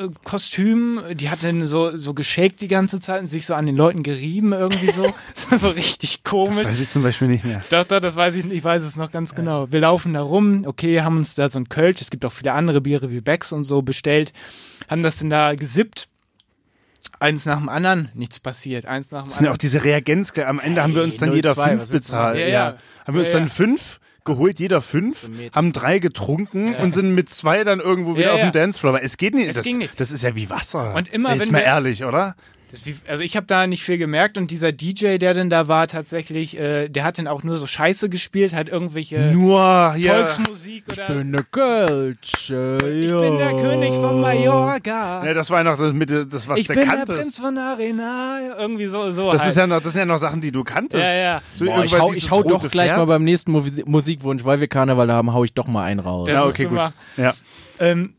[SPEAKER 3] Indianer-Kostüm, die hat dann so, so geschäkt die ganze Zeit und sich so an den Leuten gerieben irgendwie
[SPEAKER 2] *laughs*
[SPEAKER 3] so. Das war so richtig komisch.
[SPEAKER 2] Das weiß ich zum Beispiel nicht mehr.
[SPEAKER 3] Doch, doch, das weiß ich, ich weiß es noch ganz genau. Wir laufen da rum, okay, haben uns da so ein Kölsch, es gibt auch viele andere Biere wie Becks und so bestellt, haben das denn da gesippt. Eins nach dem anderen, nichts passiert. Eins nach dem
[SPEAKER 2] Das sind ja auch
[SPEAKER 3] anderen.
[SPEAKER 2] diese Reagenz. Am Ende haben wir uns dann
[SPEAKER 4] 02,
[SPEAKER 2] jeder
[SPEAKER 4] was
[SPEAKER 2] fünf
[SPEAKER 4] willst du
[SPEAKER 2] bezahlt.
[SPEAKER 3] machen?
[SPEAKER 2] Ja,
[SPEAKER 3] Ja, ja.
[SPEAKER 2] Haben wir uns
[SPEAKER 3] Ja, ja.
[SPEAKER 2] dann fünf geholt, jeder fünf,
[SPEAKER 4] Meter.
[SPEAKER 2] haben drei getrunken und sind mit zwei dann irgendwo wieder
[SPEAKER 3] Ja,
[SPEAKER 2] auf dem
[SPEAKER 3] ja.
[SPEAKER 2] Dancefloor. Aber es geht nicht. das,
[SPEAKER 3] ging nicht.
[SPEAKER 2] das ist ja wie Wasser.
[SPEAKER 3] Und immer,
[SPEAKER 2] Jetzt
[SPEAKER 3] wenn
[SPEAKER 2] mal
[SPEAKER 3] wir-
[SPEAKER 2] ehrlich, oder?
[SPEAKER 3] Das wie, also ich habe da nicht viel gemerkt und dieser DJ, der denn da war, tatsächlich, äh, der hat dann auch nur so Scheiße gespielt, hat irgendwelche
[SPEAKER 2] Nur hier.
[SPEAKER 3] Volksmusik oder.
[SPEAKER 4] Bin der Kölsche,
[SPEAKER 3] Ich bin der König von Mallorca.
[SPEAKER 2] Ja, das war noch das, mit, Ne, das was
[SPEAKER 3] ich
[SPEAKER 2] der
[SPEAKER 3] bin der
[SPEAKER 2] kanntest.
[SPEAKER 3] Prinz von Arena. Irgendwie so. so
[SPEAKER 2] Das
[SPEAKER 3] halt.
[SPEAKER 2] ist ja noch, das sind ja noch Sachen, die du kanntest.
[SPEAKER 3] Ja, ja.
[SPEAKER 2] So
[SPEAKER 4] Boah, ich
[SPEAKER 2] irgendwann
[SPEAKER 4] hau,
[SPEAKER 2] dieses
[SPEAKER 4] ich hau doch
[SPEAKER 2] rote
[SPEAKER 4] gleich
[SPEAKER 2] Pferd.
[SPEAKER 4] mal beim nächsten Musi- Musikwunsch, weil wir Karneval haben, hau ich doch mal einen raus.
[SPEAKER 3] Das
[SPEAKER 2] Ja,
[SPEAKER 3] ist
[SPEAKER 2] okay, gut.
[SPEAKER 3] immer-
[SPEAKER 2] Ja.
[SPEAKER 3] Ähm,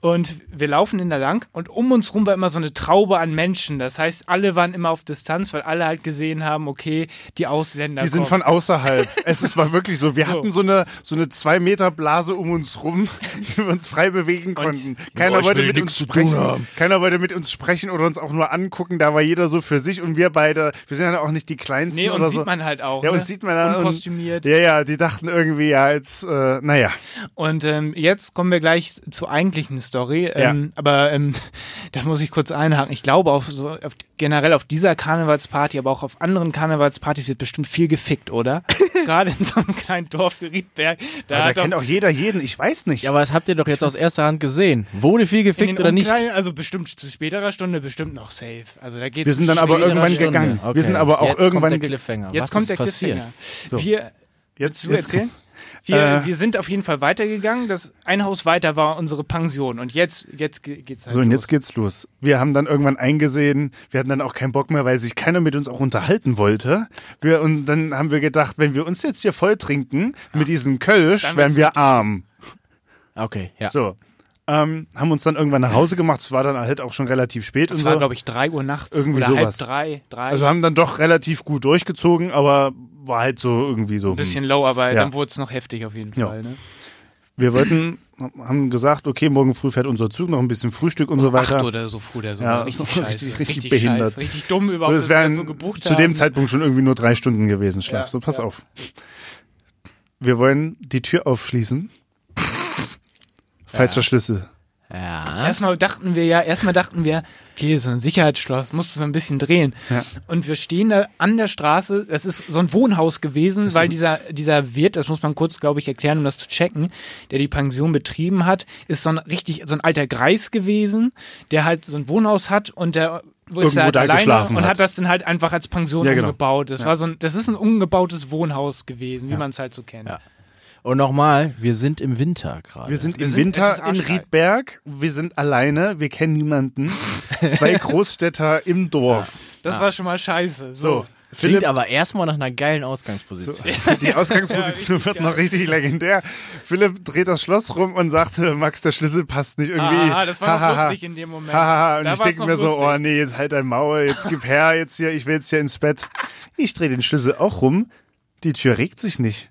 [SPEAKER 3] und wir laufen in der lang und um uns rum war immer so eine Traube an Menschen. Das heißt, alle waren immer auf Distanz, weil alle halt gesehen haben, okay, die Ausländer.
[SPEAKER 2] Die sind
[SPEAKER 3] kommen.
[SPEAKER 2] von
[SPEAKER 3] *laughs*
[SPEAKER 2] außerhalb. es ist, war wirklich so. Wir
[SPEAKER 3] So.
[SPEAKER 2] hatten so eine, so eine zwei Meter Blase um uns rum, *laughs* die wir uns frei bewegen konnten. Keiner wollte mit uns sprechen. Keiner wollte mit uns sprechen oder uns auch nur angucken. Da war jeder so für sich und wir beide, wir sind ja auch nicht die Kleinsten
[SPEAKER 3] Nee,
[SPEAKER 2] oder
[SPEAKER 3] uns
[SPEAKER 2] so.
[SPEAKER 3] sieht man halt auch.
[SPEAKER 2] ja,
[SPEAKER 3] ne?
[SPEAKER 2] uns sieht man dann.
[SPEAKER 3] Unkostümiert.
[SPEAKER 2] Ja, ja, die dachten irgendwie, ja, jetzt, äh, naja.
[SPEAKER 3] Und ähm, jetzt kommen wir gleich zur eigentlichen Story. Ähm,
[SPEAKER 2] Ja.
[SPEAKER 3] Aber ähm, *laughs* da muss ich kurz einhaken. Ich glaube, auf so, auf, generell auf dieser Karnevalsparty, aber auch auf anderen Karnevalspartys wird bestimmt viel
[SPEAKER 2] *laughs*
[SPEAKER 3] gefickt, oder? Gerade in so einem kleinen Dorf wie Riedberg. Da,
[SPEAKER 2] Aber da
[SPEAKER 3] hat doch
[SPEAKER 2] kennt auch jeder jeden. Ich weiß nicht.
[SPEAKER 4] Ja, aber das habt ihr doch jetzt aus erster Hand gesehen. Wurde viel
[SPEAKER 3] in
[SPEAKER 4] gefickt
[SPEAKER 3] den
[SPEAKER 4] oder nicht?
[SPEAKER 3] Umkleiden- Also bestimmt zu späterer Stunde, bestimmt noch safe. Also da geht's
[SPEAKER 2] wir sind dann
[SPEAKER 3] bestimmt
[SPEAKER 2] aber
[SPEAKER 3] späterer
[SPEAKER 2] irgendwann
[SPEAKER 3] Stunde.
[SPEAKER 2] gegangen.
[SPEAKER 4] Okay.
[SPEAKER 2] Wir sind aber auch
[SPEAKER 4] jetzt
[SPEAKER 2] irgendwann
[SPEAKER 4] kommt der
[SPEAKER 2] ge-
[SPEAKER 4] Cliffhanger.
[SPEAKER 3] Jetzt
[SPEAKER 4] Was
[SPEAKER 3] kommt
[SPEAKER 4] ist
[SPEAKER 3] der
[SPEAKER 4] passiert?
[SPEAKER 3] Cliffhanger. Wir
[SPEAKER 2] Jetzt,
[SPEAKER 3] zu erzählen? Wir,
[SPEAKER 2] Äh.
[SPEAKER 3] wir sind auf jeden Fall weitergegangen. Das ein Haus weiter war unsere Pension. Und jetzt, jetzt ge- geht's halt
[SPEAKER 2] So, und
[SPEAKER 3] los.
[SPEAKER 2] jetzt geht's los. Wir haben dann irgendwann eingesehen, wir hatten dann auch keinen Bock mehr, weil sich keiner mit uns auch unterhalten wollte. Wir, und dann haben wir gedacht, wenn wir uns jetzt hier voll trinken mit diesem Kölsch,
[SPEAKER 3] Dann
[SPEAKER 2] wären
[SPEAKER 3] wird's
[SPEAKER 2] wir arm.
[SPEAKER 4] Okay, ja.
[SPEAKER 2] So. Ähm, haben uns dann irgendwann nach Hause gemacht. Es war dann halt auch schon relativ spät.
[SPEAKER 3] Das
[SPEAKER 2] und
[SPEAKER 3] war,
[SPEAKER 2] so.
[SPEAKER 3] glaube ich, drei Uhr nachts
[SPEAKER 2] Irgendwie
[SPEAKER 3] oder halb
[SPEAKER 2] sowas.
[SPEAKER 3] drei, drei.
[SPEAKER 2] also haben dann doch relativ gut durchgezogen, aber war halt so irgendwie so. hm.
[SPEAKER 3] ein bisschen low, aber
[SPEAKER 2] Ja.
[SPEAKER 3] dann wurde es noch heftig auf jeden
[SPEAKER 2] Ja.
[SPEAKER 3] Fall. Ne?
[SPEAKER 2] Wir wollten, haben gesagt, okay, morgen früh fährt unser Zug, noch ein bisschen Frühstück und so weiter.
[SPEAKER 3] Acht oder so fuhr der so.
[SPEAKER 2] Ja, *laughs*
[SPEAKER 3] richtig
[SPEAKER 2] richtig-
[SPEAKER 3] scheiße. Richtig,
[SPEAKER 2] richtig
[SPEAKER 3] behindert.
[SPEAKER 2] behindert.
[SPEAKER 3] Scheiße. Richtig dumm
[SPEAKER 2] So,
[SPEAKER 3] überhaupt,
[SPEAKER 2] Also, es
[SPEAKER 3] dass wir
[SPEAKER 2] wären
[SPEAKER 3] das so gebucht
[SPEAKER 2] zu dem
[SPEAKER 3] haben.
[SPEAKER 2] Zeitpunkt schon irgendwie nur drei Stunden gewesen, Schlaf.
[SPEAKER 3] Ja,
[SPEAKER 2] so, pass
[SPEAKER 3] ja.
[SPEAKER 2] auf. Wir wollen die Tür aufschließen. Falscher Schlüssel.
[SPEAKER 4] Ja.
[SPEAKER 3] Erstmal dachten wir ja, erstmal dachten wir, okay, so ein Sicherheitsschloss, musst du so ein bisschen drehen. Und wir stehen da an der Straße, das ist so ein Wohnhaus gewesen, weil dieser, dieser Wirt, das muss man kurz, glaube ich, erklären, um das zu checken, der die Pension betrieben hat, ist so ein richtig, so ein alter Greis gewesen, der halt so ein Wohnhaus hat und der wo ist
[SPEAKER 2] Irgendwo
[SPEAKER 3] er halt
[SPEAKER 2] da
[SPEAKER 3] alleine
[SPEAKER 2] geschlafen
[SPEAKER 3] und
[SPEAKER 2] hat.
[SPEAKER 3] hat das dann halt einfach als Pension
[SPEAKER 2] Ja, genau.
[SPEAKER 3] umgebaut. Das war so ein, das ist ein umgebautes Wohnhaus gewesen, wie man es halt so kennt.
[SPEAKER 4] Ja. Und nochmal, wir sind im Winter gerade.
[SPEAKER 2] Wir sind
[SPEAKER 3] Wir
[SPEAKER 2] im
[SPEAKER 3] sind- es ist
[SPEAKER 2] Winter in
[SPEAKER 3] arschkalt.
[SPEAKER 2] Riedberg. Wir sind alleine. Wir kennen niemanden.
[SPEAKER 3] *laughs*
[SPEAKER 2] Zwei Großstädter im Dorf.
[SPEAKER 3] Das war schon mal scheiße.
[SPEAKER 2] Ah. So.
[SPEAKER 3] So.
[SPEAKER 4] Klingt
[SPEAKER 2] Philipp,
[SPEAKER 4] aber erstmal nach einer geilen Ausgangsposition.
[SPEAKER 2] *laughs* die Ausgangsposition wird noch richtig legendär. Philipp dreht das Schloss rum und sagt, äh, Max, der Schlüssel passt nicht irgendwie.
[SPEAKER 3] Ah, das war
[SPEAKER 2] Ha, ha,
[SPEAKER 3] noch
[SPEAKER 2] ha.
[SPEAKER 3] lustig in dem Moment.
[SPEAKER 2] Hahaha, und
[SPEAKER 3] Da
[SPEAKER 2] ich
[SPEAKER 3] war's
[SPEAKER 2] denke
[SPEAKER 3] noch
[SPEAKER 2] mir so,
[SPEAKER 3] lustig.
[SPEAKER 2] oh nee, jetzt halt dein Maul, jetzt gib her, jetzt hier, ich will jetzt hier ins Bett. Ich drehe den Schlüssel auch rum, die Tür regt sich nicht.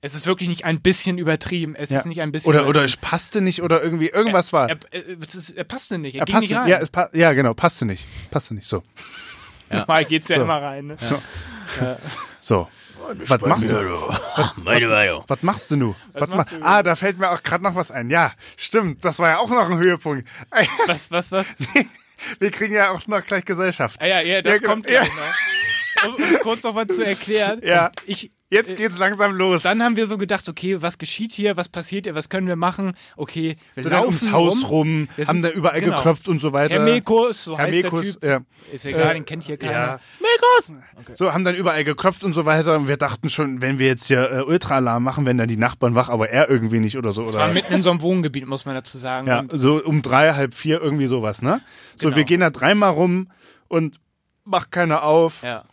[SPEAKER 3] Es ist wirklich nicht ein bisschen übertrieben. Es
[SPEAKER 2] Ja.
[SPEAKER 3] ist nicht ein bisschen.
[SPEAKER 2] Oder, oder
[SPEAKER 3] übertrieben.
[SPEAKER 2] es passte nicht oder irgendwie, irgendwas war.
[SPEAKER 3] Er, er, es ist, er passte nicht. Er,
[SPEAKER 2] Er
[SPEAKER 3] ging
[SPEAKER 2] passte,
[SPEAKER 3] nicht rein.
[SPEAKER 2] ja, es pa ja, genau, passte nicht. Passte nicht, so.
[SPEAKER 3] Normal geht's ja
[SPEAKER 2] So.
[SPEAKER 3] immer rein. Ne?
[SPEAKER 2] So. Was machst du?
[SPEAKER 5] *laughs* Meine Meinung.
[SPEAKER 2] Was machst du nun? Was ma ah, da fällt mir auch gerade noch was ein. Ja, stimmt. Das war ja auch noch ein Höhepunkt. *laughs*
[SPEAKER 3] Was, was, was?
[SPEAKER 2] Wir kriegen ja auch noch gleich Gesellschaft.
[SPEAKER 3] Ah, ja, ja, das
[SPEAKER 2] Ja, genau.
[SPEAKER 3] kommt
[SPEAKER 2] Ja.
[SPEAKER 3] gleich noch. Um es kurz nochmal zu erklären.
[SPEAKER 2] Ja.
[SPEAKER 3] Ich,
[SPEAKER 2] Jetzt geht's langsam los.
[SPEAKER 3] Äh, dann haben wir so gedacht, okay, was geschieht hier, was passiert hier, was können wir machen? Okay, wir
[SPEAKER 2] sind dann ums Haus rum,
[SPEAKER 3] Wir
[SPEAKER 2] haben
[SPEAKER 3] sind-
[SPEAKER 2] da überall
[SPEAKER 3] genau.
[SPEAKER 2] geklopft und so weiter.
[SPEAKER 3] Herr Mekos, so
[SPEAKER 2] Herr
[SPEAKER 3] heißt der
[SPEAKER 2] Mekus,
[SPEAKER 3] Typ.
[SPEAKER 2] ja.
[SPEAKER 3] Ist egal, den kennt hier keiner.
[SPEAKER 2] So, haben dann überall geklopft und so weiter. Und wir dachten schon, wenn wir jetzt hier äh, Ultraalarm machen, werden dann die Nachbarn wach, aber er irgendwie nicht oder so.
[SPEAKER 3] Es
[SPEAKER 2] Oder?
[SPEAKER 3] war mitten in so einem Wohngebiet, muss man dazu sagen.
[SPEAKER 2] ja,
[SPEAKER 3] Und
[SPEAKER 2] so um drei, halb vier, irgendwie sowas, ne? So,
[SPEAKER 3] Genau.
[SPEAKER 2] wir gehen da dreimal rum und macht keiner auf.
[SPEAKER 3] ja.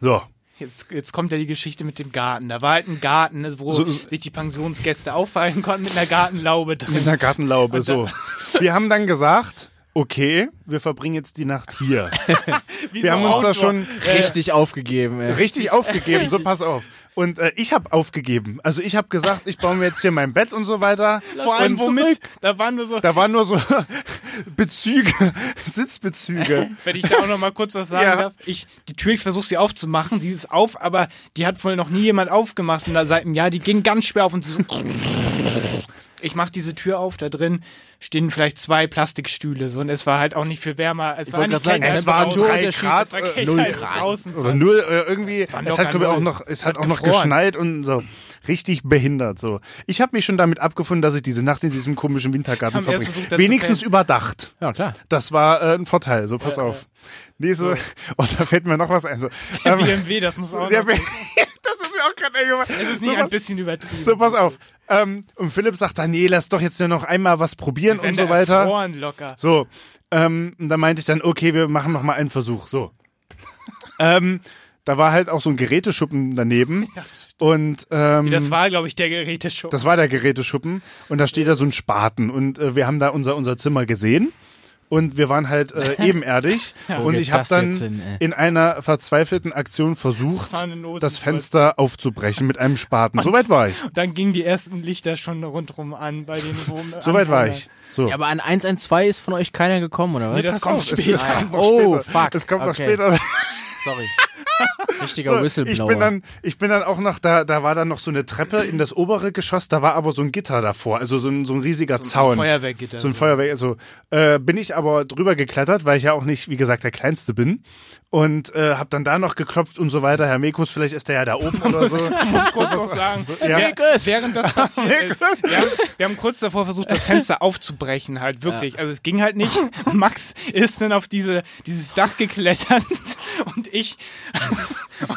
[SPEAKER 2] So,
[SPEAKER 3] Jetzt, jetzt kommt ja die Geschichte mit dem Garten. Da war halt ein Garten, ne, wo
[SPEAKER 2] So-
[SPEAKER 3] sich die Pensionsgäste aufhalten konnten mit einer Gartenlaube drin.
[SPEAKER 2] in der Gartenlaube,
[SPEAKER 3] Und
[SPEAKER 2] so. Wir haben dann gesagt, okay, wir verbringen jetzt die Nacht hier.
[SPEAKER 3] *laughs* Wie
[SPEAKER 2] Wir
[SPEAKER 3] so
[SPEAKER 2] haben uns da
[SPEAKER 3] Outdoor.
[SPEAKER 2] schon
[SPEAKER 4] Richtig aufgegeben, ey.
[SPEAKER 2] äh,
[SPEAKER 3] *laughs*
[SPEAKER 2] Richtig aufgegeben, so pass auf. Und äh, ich habe aufgegeben. Also ich habe gesagt, ich baue mir jetzt hier mein Bett und so weiter.
[SPEAKER 3] Vor allem
[SPEAKER 2] und
[SPEAKER 3] womit? Da waren wir so,
[SPEAKER 2] Da waren nur so *laughs* Bezüge, *laughs*
[SPEAKER 3] *laughs*
[SPEAKER 2] Sitzbezüge.
[SPEAKER 3] wenn ich da auch noch mal kurz was sagen
[SPEAKER 2] Ja.
[SPEAKER 3] darf. Ich, die Tür, ich versuche sie aufzumachen, sie ist auf, aber die hat wohl noch nie jemand aufgemacht und da seit einem Jahr, die ging ganz schwer auf und sie so. *laughs* Ich mache diese Tür auf, da drin stehen vielleicht zwei Plastikstühle so und es war halt auch nicht viel wärmer. Es war
[SPEAKER 4] wollte
[SPEAKER 3] nicht
[SPEAKER 4] gerade sagen,
[SPEAKER 3] kälter
[SPEAKER 2] Es waren
[SPEAKER 4] Temperatur-
[SPEAKER 2] drei
[SPEAKER 4] Unterschied,
[SPEAKER 2] Grad,
[SPEAKER 3] es war kälter
[SPEAKER 2] äh, null
[SPEAKER 3] als
[SPEAKER 2] Grad
[SPEAKER 3] draußen.
[SPEAKER 2] oder null äh, irgendwie. Es,
[SPEAKER 3] waren
[SPEAKER 2] hat
[SPEAKER 3] locker
[SPEAKER 2] glaube ich auch
[SPEAKER 3] null.
[SPEAKER 2] noch, es
[SPEAKER 3] Es
[SPEAKER 2] hat
[SPEAKER 3] hat
[SPEAKER 2] auch noch
[SPEAKER 3] gefroren.
[SPEAKER 2] geschneit und so richtig behindert. So, ich habe mich schon damit abgefunden, dass ich diese Nacht in diesem komischen Wintergarten
[SPEAKER 3] Haben erst
[SPEAKER 2] verbringe.
[SPEAKER 3] versucht, da zu
[SPEAKER 2] Wenigstens
[SPEAKER 3] pennen.
[SPEAKER 2] überdacht.
[SPEAKER 4] Ja, klar.
[SPEAKER 2] Das war äh, ein Vorteil. So, pass auf. Nee, so, *laughs* oh, da fällt mir noch was ein. So,
[SPEAKER 3] Der
[SPEAKER 2] ähm,
[SPEAKER 3] BMW, das muss auch.
[SPEAKER 2] Ja,
[SPEAKER 3] noch-
[SPEAKER 2] *laughs* das ist mir auch gerade eingefallen.
[SPEAKER 3] Es
[SPEAKER 2] *laughs*
[SPEAKER 3] ist nicht ein bisschen übertrieben.
[SPEAKER 2] So, pass auf. Ähm, und Philipp sagt dann, nee, lass doch jetzt nur noch einmal was probieren
[SPEAKER 3] Wenn
[SPEAKER 2] und so
[SPEAKER 3] der
[SPEAKER 2] weiter.
[SPEAKER 3] Erfroren locker.
[SPEAKER 2] So, ähm, und dann meinte ich dann, okay, wir machen noch mal einen Versuch. So. ähm, da war halt auch so ein Geräteschuppen
[SPEAKER 4] *laughs*
[SPEAKER 2] daneben. und ähm,
[SPEAKER 3] Das war, glaube ich, der Geräteschuppen.
[SPEAKER 2] das war der Geräteschuppen. Und da steht da so ein Spaten. Und äh, wir haben da unser, unser Zimmer gesehen. Und wir waren halt
[SPEAKER 4] *laughs*
[SPEAKER 2] äh, ebenerdig. und
[SPEAKER 4] geht
[SPEAKER 2] ich habe
[SPEAKER 4] das
[SPEAKER 2] dann
[SPEAKER 4] jetzt hin, ey?
[SPEAKER 2] in einer verzweifelten Aktion versucht,
[SPEAKER 3] war eine Notsituation.
[SPEAKER 2] das Fenster aufzubrechen mit einem Spaten. Soweit war ich.
[SPEAKER 3] Dann gingen die ersten Lichter schon rundrum an bei den Wohn
[SPEAKER 2] Soweit war ich. *laughs* So.
[SPEAKER 4] Ja, aber an 112 ist von euch keiner gekommen, oder was?
[SPEAKER 3] Nee, das
[SPEAKER 4] Pass
[SPEAKER 3] kommt
[SPEAKER 4] auf,
[SPEAKER 3] später.
[SPEAKER 4] es ist-
[SPEAKER 3] Das
[SPEAKER 2] kommt noch
[SPEAKER 4] oh,
[SPEAKER 2] später.
[SPEAKER 4] fuck.
[SPEAKER 2] Es kommt noch
[SPEAKER 4] okay.
[SPEAKER 2] später. *laughs*
[SPEAKER 4] Sorry. Richtiger
[SPEAKER 2] So,
[SPEAKER 4] Whistleblower.
[SPEAKER 2] ich bin dann, ich bin dann auch noch da. Da war dann noch so eine Treppe in das obere Geschoss. Da war aber so ein Gitter davor, also so ein, so ein riesiger Zaun,
[SPEAKER 3] Feuerwehrgitter.
[SPEAKER 2] so
[SPEAKER 3] *laughs*
[SPEAKER 2] ein Feuerwehr. Also äh, bin ich aber drüber geklettert, weil ich ja auch nicht, wie gesagt, der kleinste bin und äh, habe dann da noch geklopft und so weiter. Herr Mekus, vielleicht ist der ja da oben oder so.
[SPEAKER 3] muss kurz noch sagen,
[SPEAKER 2] *laughs* ja.
[SPEAKER 3] wer- während das passiert ist, wir haben, wir haben kurz davor versucht, das Fenster aufzubrechen, halt wirklich. Also es ging
[SPEAKER 2] *laughs*
[SPEAKER 3] halt nicht. Max ist dann auf diese, dieses Dach geklettert *laughs* und ich,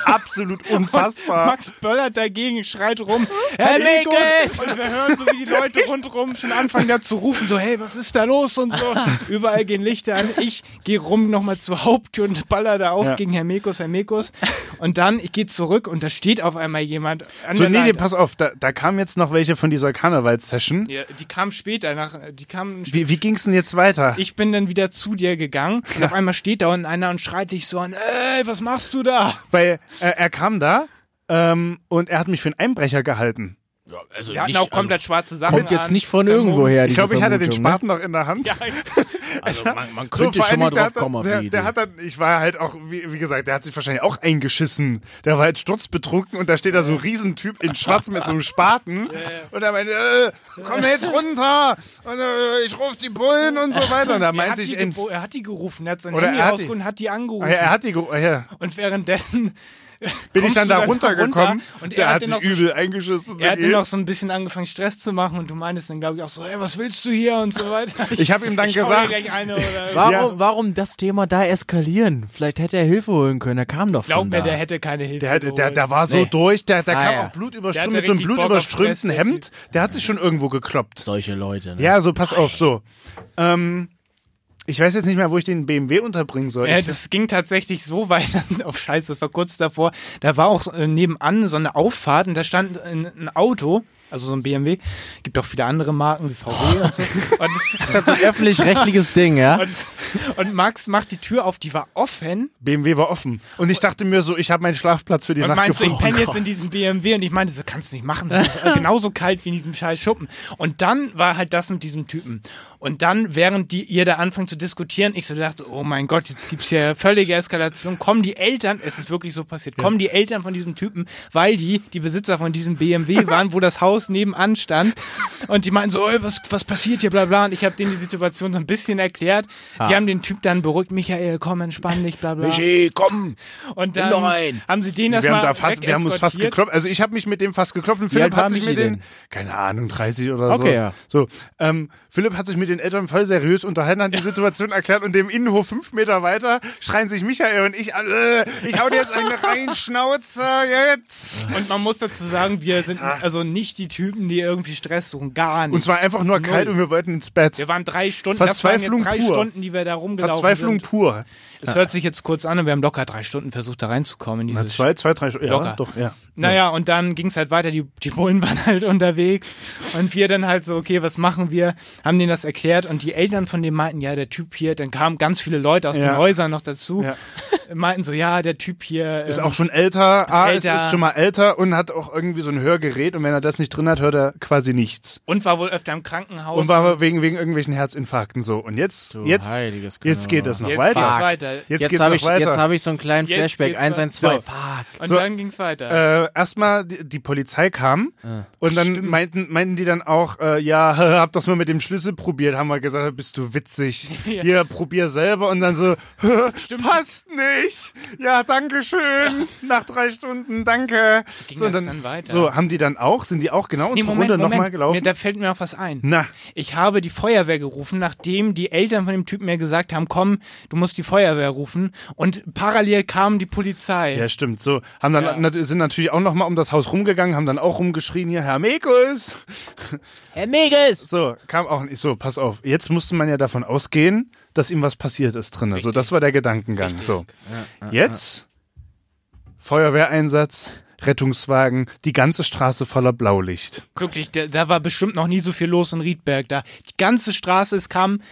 [SPEAKER 2] Absolut unfassbar.
[SPEAKER 3] Max böllert dagegen,
[SPEAKER 2] *laughs*
[SPEAKER 3] schreit rum, Herr Legos! Und wir hören so, wie die Leute rundrum schon anfangen da zu rufen, so, hey, was ist da los und so. Überall gehen Lichter an. Ich gehe rum nochmal zur Haupttür und baller da auch
[SPEAKER 2] Ja.
[SPEAKER 3] gegen Herr Mekos, Herr Mekos. Und dann, ich gehe zurück und da steht auf einmal jemand an
[SPEAKER 2] So,
[SPEAKER 3] der
[SPEAKER 2] nee, nee,
[SPEAKER 3] Leiter.
[SPEAKER 2] pass auf, da, da kamen jetzt noch welche von dieser Karnevalssession.
[SPEAKER 3] Ja, die kam später nach, die kam.
[SPEAKER 2] Wie, wie ging's denn jetzt weiter?
[SPEAKER 3] Ich bin dann wieder zu dir gegangen und auf einmal steht da unten einer und schreit dich so an, ey, was machst du da?
[SPEAKER 2] Weil äh, er kam da ähm, und er hat mich für einen Einbrecher gehalten.
[SPEAKER 5] Also
[SPEAKER 3] Wir hatten
[SPEAKER 5] nicht,
[SPEAKER 3] auch komplett schwarze Sachen
[SPEAKER 4] Kommt jetzt
[SPEAKER 3] an,
[SPEAKER 4] nicht von
[SPEAKER 3] vermummt.
[SPEAKER 4] irgendwoher,
[SPEAKER 2] Ich
[SPEAKER 4] diese
[SPEAKER 2] glaube, ich hatte den
[SPEAKER 4] Vermutung, ne?
[SPEAKER 2] Spaten noch in der Hand.
[SPEAKER 3] Ja,
[SPEAKER 2] *laughs*
[SPEAKER 5] also, also man, man
[SPEAKER 4] Könnte
[SPEAKER 2] vor
[SPEAKER 4] schon mal
[SPEAKER 2] allen Dingen, der
[SPEAKER 4] drauf
[SPEAKER 2] hat dann-
[SPEAKER 4] kommen auf
[SPEAKER 2] der,
[SPEAKER 4] die
[SPEAKER 2] der
[SPEAKER 4] Idee.
[SPEAKER 2] hat dann, ich war halt auch, wie, wie gesagt, der hat sich wahrscheinlich auch eingeschissen. Der war halt sturzbetrunken und da steht da so ein Riesentyp in Schwarz mit so einem Spaten. Und er meinte, äh, komm jetzt runter! Und äh, ich ruf die Bullen und so weiter. Und da
[SPEAKER 3] er hat,
[SPEAKER 2] meinte ich,
[SPEAKER 3] die ge-
[SPEAKER 2] ent-
[SPEAKER 3] wo- er hat die gerufen, er hat sein
[SPEAKER 2] Oder
[SPEAKER 3] Handy
[SPEAKER 2] er hat die-
[SPEAKER 3] rausgeholt und hat die
[SPEAKER 2] Ah
[SPEAKER 3] angerufen.
[SPEAKER 2] ja, er hat die, ge- ah ja.
[SPEAKER 3] und währenddessen
[SPEAKER 2] *laughs* bin ich
[SPEAKER 3] Kommst
[SPEAKER 2] dann
[SPEAKER 3] du
[SPEAKER 2] da
[SPEAKER 3] dann
[SPEAKER 2] runtergekommen.
[SPEAKER 3] runter und er
[SPEAKER 2] der
[SPEAKER 3] hat
[SPEAKER 2] hat
[SPEAKER 3] den
[SPEAKER 2] sich
[SPEAKER 3] noch so-
[SPEAKER 2] übel eingeschissen.
[SPEAKER 3] Er hat dir noch so ein bisschen angefangen, Stress zu machen und du meinst dann, glaube ich, auch so, hey, was willst du hier und so weiter.
[SPEAKER 2] *laughs* Ich hab ihm dann
[SPEAKER 3] ich hau dir
[SPEAKER 2] gesagt-
[SPEAKER 3] gleich
[SPEAKER 2] *laughs*
[SPEAKER 3] eine oder
[SPEAKER 4] Warum,
[SPEAKER 2] Ja.
[SPEAKER 4] warum das Thema da eskalieren? Vielleicht hätte er Hilfe holen können. Er kam doch
[SPEAKER 3] glaub
[SPEAKER 4] von
[SPEAKER 3] mir,
[SPEAKER 4] da.
[SPEAKER 3] der hätte keine Hilfe
[SPEAKER 2] Der, der, der,
[SPEAKER 3] geholt.
[SPEAKER 2] der war so
[SPEAKER 4] Nee.
[SPEAKER 2] durch, der, der
[SPEAKER 4] Ah,
[SPEAKER 2] kam
[SPEAKER 4] ja.
[SPEAKER 2] auch blutüberströmt
[SPEAKER 3] Der
[SPEAKER 2] mit so einem
[SPEAKER 3] hatte richtig Bock auf
[SPEAKER 2] blutüberströmten
[SPEAKER 3] Stress, der
[SPEAKER 2] Hemd. Der hat sich schon irgendwo gekloppt.
[SPEAKER 4] Solche Leute. Ne?
[SPEAKER 2] Ja, so pass auf, so. Ähm, ich weiß jetzt nicht mehr, wo ich den BMW unterbringen soll.
[SPEAKER 3] Ja,
[SPEAKER 2] Ich,
[SPEAKER 3] das ging tatsächlich so weit, *laughs* auf Scheiße, das war kurz davor. Da war auch äh, nebenan so eine Auffahrt und da stand ein, ein Auto also so ein BMW. Gibt auch viele andere Marken wie
[SPEAKER 2] *laughs*
[SPEAKER 3] VW und so.
[SPEAKER 4] Das
[SPEAKER 3] Und,
[SPEAKER 4] ist halt so ein öffentlich-rechtliches Ding, ja?
[SPEAKER 3] und, und Max macht die Tür auf, die war offen.
[SPEAKER 2] BMW war offen. Und ich dachte mir so, ich habe meinen Schlafplatz für die
[SPEAKER 3] Und
[SPEAKER 2] Nacht
[SPEAKER 3] meinst du, ich
[SPEAKER 2] gefunden.
[SPEAKER 3] penne jetzt in diesem BMW? Und ich meinte so, kannst du nicht machen, das ist halt genauso kalt wie in diesem scheiß Schuppen. Und dann war halt das mit diesem Typen. Und dann, während die, ihr da anfangt zu diskutieren, ich so dachte, oh mein Gott, jetzt gibt's hier völlige Eskalation. Kommen die Eltern, es ist wirklich so passiert, kommen die Eltern von diesem Typen, weil die die Besitzer von diesem BMW waren, wo das Haus nebenan stand. Und die meinten so, ey, was, was passiert hier, bla bla. Und ich habe denen die Situation so ein bisschen erklärt. Die haben den Typ dann beruhigt, Michael, komm, entspann dich, bla bla.
[SPEAKER 5] Michi, komm.
[SPEAKER 3] Und
[SPEAKER 5] Nimm
[SPEAKER 3] dann
[SPEAKER 5] doch einen.
[SPEAKER 3] haben sie den
[SPEAKER 2] wir
[SPEAKER 3] erstmal
[SPEAKER 2] haben, da fast, wir haben uns fast
[SPEAKER 3] wegeskortiert.
[SPEAKER 2] geklopft. Also ich habe mich mit dem fast geklopft und Philipp
[SPEAKER 4] alt war
[SPEAKER 2] hat sich
[SPEAKER 4] Michi
[SPEAKER 2] mit den,
[SPEAKER 4] denn?
[SPEAKER 2] keine Ahnung, 30 oder so.
[SPEAKER 4] Okay, ja.
[SPEAKER 2] So, ähm, Philipp hat sich mit den Eltern voll seriös unterhalten, hat die Situation erklärt und dem Innenhof fünf Meter weiter schreien sich Michael und ich an, äh, ich hau dir jetzt eine rein, Schnauze, jetzt.
[SPEAKER 3] Und man muss dazu sagen, wir sind also nicht die Typen, die irgendwie Stress suchen. Gar nicht.
[SPEAKER 2] Und zwar einfach nur kalt und wir wollten ins Bett.
[SPEAKER 3] wir waren drei Stunden,
[SPEAKER 2] Verzweiflung
[SPEAKER 3] das waren jetzt drei
[SPEAKER 2] pur.
[SPEAKER 3] Stunden, die wir da rumgelaufen
[SPEAKER 2] Verzweiflung
[SPEAKER 3] sind.
[SPEAKER 2] pur.
[SPEAKER 3] Es hört sich jetzt kurz an, und wir haben locker drei Stunden versucht, da reinzukommen. In
[SPEAKER 2] Na,
[SPEAKER 3] dieses
[SPEAKER 2] zwei, zwei, drei, ja,
[SPEAKER 3] Locker.
[SPEAKER 2] doch, ja.
[SPEAKER 3] Naja, und dann ging's halt weiter, die, die Bullen *laughs* waren halt unterwegs und wir dann halt so, okay, was machen wir? Haben denen das erklärt und die Eltern von dem meinten, ja, der Typ hier, dann kamen ganz viele Leute aus
[SPEAKER 2] Ja.
[SPEAKER 3] den Häusern noch dazu,
[SPEAKER 2] Ja.
[SPEAKER 3] *laughs* meinten so, ja, der Typ hier
[SPEAKER 2] Ist
[SPEAKER 3] ähm,
[SPEAKER 2] auch schon älter, A, es
[SPEAKER 3] älter.
[SPEAKER 2] ist schon mal älter und hat auch irgendwie so ein Hörgerät und wenn er das nicht drin hat, hört er quasi nichts.
[SPEAKER 3] und war wohl öfter im Krankenhaus.
[SPEAKER 2] Und war wegen, wegen irgendwelchen Herzinfarkten so. Und jetzt, jetzt,
[SPEAKER 4] heiliges
[SPEAKER 2] jetzt
[SPEAKER 4] Kanonen.
[SPEAKER 2] geht es noch
[SPEAKER 3] Jetzt
[SPEAKER 2] weiter.
[SPEAKER 3] geht's weiter.
[SPEAKER 2] Jetzt,
[SPEAKER 4] Jetzt
[SPEAKER 2] geht's
[SPEAKER 4] habe
[SPEAKER 2] noch
[SPEAKER 4] ich,
[SPEAKER 2] weiter.
[SPEAKER 4] jetzt hab ich so einen kleinen
[SPEAKER 3] Jetzt
[SPEAKER 4] Flashback.
[SPEAKER 3] geht's
[SPEAKER 4] 112.
[SPEAKER 3] weiter.
[SPEAKER 4] Fuck.
[SPEAKER 3] und
[SPEAKER 2] so-
[SPEAKER 3] dann ging's weiter.
[SPEAKER 2] äh, erstmal die, die Polizei kam
[SPEAKER 4] Ah.
[SPEAKER 2] und dann meinten, meinten die dann auch, äh, ja, *laughs* hab das mal mit dem Schlüssel probiert, haben wir gesagt, bist du witzig.
[SPEAKER 3] *laughs*
[SPEAKER 2] Hier, probier selber und dann so, *laughs* passt nicht. Ja, danke
[SPEAKER 3] *laughs*
[SPEAKER 2] schön. Nach drei Stunden, danke.
[SPEAKER 3] Ging
[SPEAKER 2] so, und
[SPEAKER 3] das dann weiter?
[SPEAKER 2] So, haben die dann auch, sind die auch genau
[SPEAKER 3] Nee,
[SPEAKER 2] unsere
[SPEAKER 3] Moment,
[SPEAKER 2] Runde
[SPEAKER 3] Moment.
[SPEAKER 2] nochmal
[SPEAKER 3] Mir,
[SPEAKER 2] gelaufen?
[SPEAKER 3] da fällt mir noch was ein.
[SPEAKER 2] Na.
[SPEAKER 3] Ich habe die Feuerwehr gerufen, nachdem die Eltern von dem Typen mir gesagt haben, komm, du musst die Feuerwehr rufen. Und parallel kam die Polizei.
[SPEAKER 2] Ja, stimmt. So, haben dann
[SPEAKER 3] Ja.
[SPEAKER 2] nat- sind natürlich auch nochmal um das Haus rumgegangen, haben dann auch rumgeschrien hier, Herr Mekus.
[SPEAKER 4] Herr Meges!
[SPEAKER 2] So, kam auch nicht. So, pass auf. Jetzt musste man ja davon ausgehen, dass ihm was passiert ist drin. So, das war der Gedankengang. So. Jetzt Feuerwehreinsatz, Rettungswagen, die ganze Straße voller Blaulicht.
[SPEAKER 3] Wirklich, da, da war bestimmt noch nie so viel los in Riedberg. Da die ganze Straße, es kamen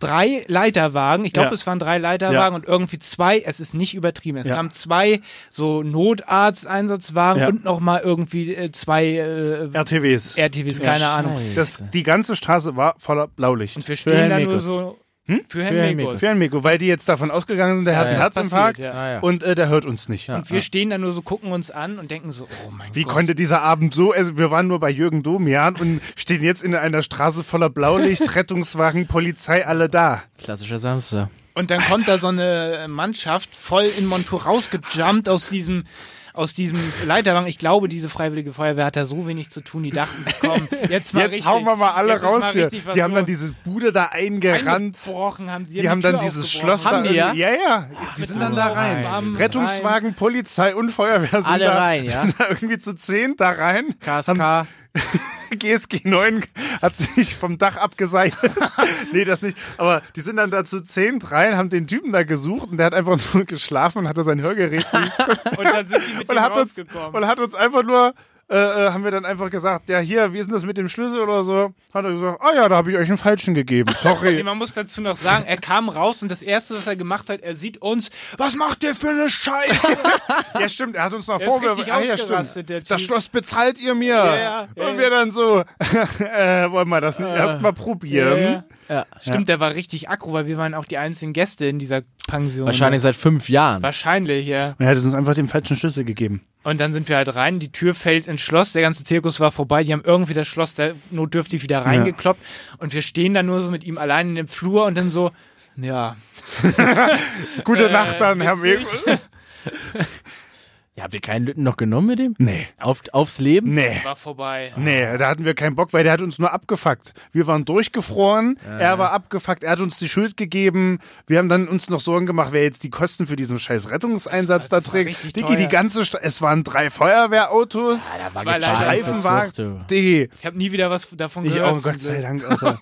[SPEAKER 3] drei Leiterwagen. Ich glaube,
[SPEAKER 2] Ja.
[SPEAKER 3] es waren drei Leiterwagen und irgendwie zwei, es ist nicht übertrieben. Es
[SPEAKER 2] Ja.
[SPEAKER 3] kamen zwei so Notarzteinsatzwagen
[SPEAKER 2] Ja.
[SPEAKER 3] und nochmal irgendwie äh, zwei äh,
[SPEAKER 2] RTWs.
[SPEAKER 3] RTWs, keine Ahnung.
[SPEAKER 2] das, die ganze Straße war voller Blaulicht.
[SPEAKER 3] Und wir
[SPEAKER 4] Für
[SPEAKER 3] stehen
[SPEAKER 4] Herrn
[SPEAKER 3] da nur
[SPEAKER 4] Mekus.
[SPEAKER 3] so. Hm? Für Herrn,
[SPEAKER 4] Für Herrn
[SPEAKER 3] Mekus.
[SPEAKER 4] Mekus.
[SPEAKER 2] Für Miko, weil die jetzt davon ausgegangen sind, der hat
[SPEAKER 4] ja.
[SPEAKER 2] einen Herzinfarkt
[SPEAKER 3] Passiert, ja.
[SPEAKER 4] Ah, ja.
[SPEAKER 2] und äh, der hört uns nicht.
[SPEAKER 3] Und wir stehen da nur so, gucken uns an und denken so, oh mein
[SPEAKER 2] Wie
[SPEAKER 3] Gott.
[SPEAKER 2] konnte dieser Abend so, also wir waren nur bei Jürgen Domian und stehen jetzt in einer Straße voller
[SPEAKER 3] *laughs*
[SPEAKER 2] Blaulicht, Rettungswagen, Polizei, alle da.
[SPEAKER 4] Klassischer Samstag.
[SPEAKER 3] und dann kommt da so eine Mannschaft voll in Montur rausgejumpt aus diesem aus diesem Leiterwagen. Ich glaube, diese Freiwillige Feuerwehr hat da so wenig zu tun. Die dachten,
[SPEAKER 2] *laughs*
[SPEAKER 3] sie kommen. Jetzt, mal
[SPEAKER 2] Jetzt
[SPEAKER 3] richtig,
[SPEAKER 2] hauen wir mal alle
[SPEAKER 3] jetzt ist
[SPEAKER 2] raus
[SPEAKER 3] mal
[SPEAKER 2] hier.
[SPEAKER 3] richtig was
[SPEAKER 2] Die haben dann
[SPEAKER 3] los.
[SPEAKER 2] diese Bude da eingerannt.
[SPEAKER 3] Eingebrochen haben sie.
[SPEAKER 2] Die haben
[SPEAKER 3] die
[SPEAKER 2] dann
[SPEAKER 3] Tür
[SPEAKER 2] dieses
[SPEAKER 3] aufgebrochen.
[SPEAKER 2] Schloss
[SPEAKER 4] Haben
[SPEAKER 2] da
[SPEAKER 4] die,
[SPEAKER 2] irgendwie- ja, ja. Die sind dann da rein.
[SPEAKER 3] Bam, rein.
[SPEAKER 2] Rettungswagen, Polizei und Feuerwehr sind
[SPEAKER 4] Alle
[SPEAKER 2] da,
[SPEAKER 4] rein, ja.
[SPEAKER 2] sind *laughs* da irgendwie zu zehn da rein.
[SPEAKER 4] KSK.
[SPEAKER 2] *laughs* GSG 9 hat sich vom Dach
[SPEAKER 3] *laughs*
[SPEAKER 2] abgeseilt. nee, das nicht. Aber die sind dann da zu zehn rein, haben den Typen da gesucht und der hat einfach *laughs* nur geschlafen und hatte sein
[SPEAKER 3] *laughs*
[SPEAKER 2] Hörgerät nicht.
[SPEAKER 3] Und dann
[SPEAKER 2] *laughs*
[SPEAKER 3] sind sie mit
[SPEAKER 2] und
[SPEAKER 3] dem
[SPEAKER 2] hat uns
[SPEAKER 3] rausgekommen.
[SPEAKER 2] und hat uns einfach nur äh, äh, haben wir dann einfach gesagt, ja hier, wie ist denn das mit dem Schlüssel oder so? Hat er gesagt, ah ja, da habe ich euch einen falschen gegeben.
[SPEAKER 3] Nee, *laughs*
[SPEAKER 2] Sorry.
[SPEAKER 3] Man muss dazu noch sagen, er kam raus und das Erste, was er gemacht hat, er sieht uns, was macht der für eine Scheiße?
[SPEAKER 2] ja stimmt, er hat uns noch
[SPEAKER 3] ist
[SPEAKER 2] Vorwürfe.
[SPEAKER 3] richtig
[SPEAKER 2] Ah, ja,
[SPEAKER 3] ausgerastet,
[SPEAKER 2] stimmt.
[SPEAKER 3] der Typ.
[SPEAKER 2] Das Schloss bezahlt ihr mir.
[SPEAKER 3] ja, ja,
[SPEAKER 2] und
[SPEAKER 3] ja. Ah.
[SPEAKER 2] wir dann so, *laughs* äh, wollen wir das nicht erstmal probieren?
[SPEAKER 4] Ja.
[SPEAKER 3] Stimmt, der war richtig aggro, weil wir waren auch die einzigen Gäste in dieser Pension.
[SPEAKER 4] Wahrscheinlich seit fünf Jahren.
[SPEAKER 3] Wahrscheinlich, ja.
[SPEAKER 2] Und er hat uns einfach den falschen Schlüssel gegeben.
[SPEAKER 3] Und dann sind wir halt rein, die Tür fällt ins Schloss, der ganze Zirkus war vorbei, die haben irgendwie das Schloss da notdürftig wieder reingekloppt und wir stehen da nur so mit ihm allein in dem Flur und dann so, ja,
[SPEAKER 2] Gute Nacht dann, Herr Weg.
[SPEAKER 3] Äh, witzig.
[SPEAKER 4] Ja, habt ihr keinen Lütten noch genommen mit dem?
[SPEAKER 2] Nee.
[SPEAKER 4] Auf, aufs Leben?
[SPEAKER 2] Nee.
[SPEAKER 3] war vorbei.
[SPEAKER 2] Nee, da hatten wir keinen Bock, weil der hat uns nur abgefuckt. Wir waren durchgefroren, er war abgefuckt, er hat uns die Schuld gegeben. Wir haben dann uns noch Sorgen gemacht, wer jetzt die Kosten für diesen scheiß Rettungseinsatz
[SPEAKER 3] Das war- das
[SPEAKER 2] da
[SPEAKER 3] war
[SPEAKER 2] trägt.
[SPEAKER 3] richtig
[SPEAKER 2] Diggi,
[SPEAKER 3] teuer.
[SPEAKER 2] die ganze Sta es waren drei Feuerwehrautos,
[SPEAKER 4] Da war
[SPEAKER 3] Zwei
[SPEAKER 4] Gefahr
[SPEAKER 3] Leitern.
[SPEAKER 4] im
[SPEAKER 2] Streifenwagen.
[SPEAKER 4] Verzug, du.
[SPEAKER 2] Diggi,
[SPEAKER 3] Ich habe nie wieder was davon
[SPEAKER 2] ich
[SPEAKER 3] gehört.
[SPEAKER 2] auch, Gott sei Dank, Alter.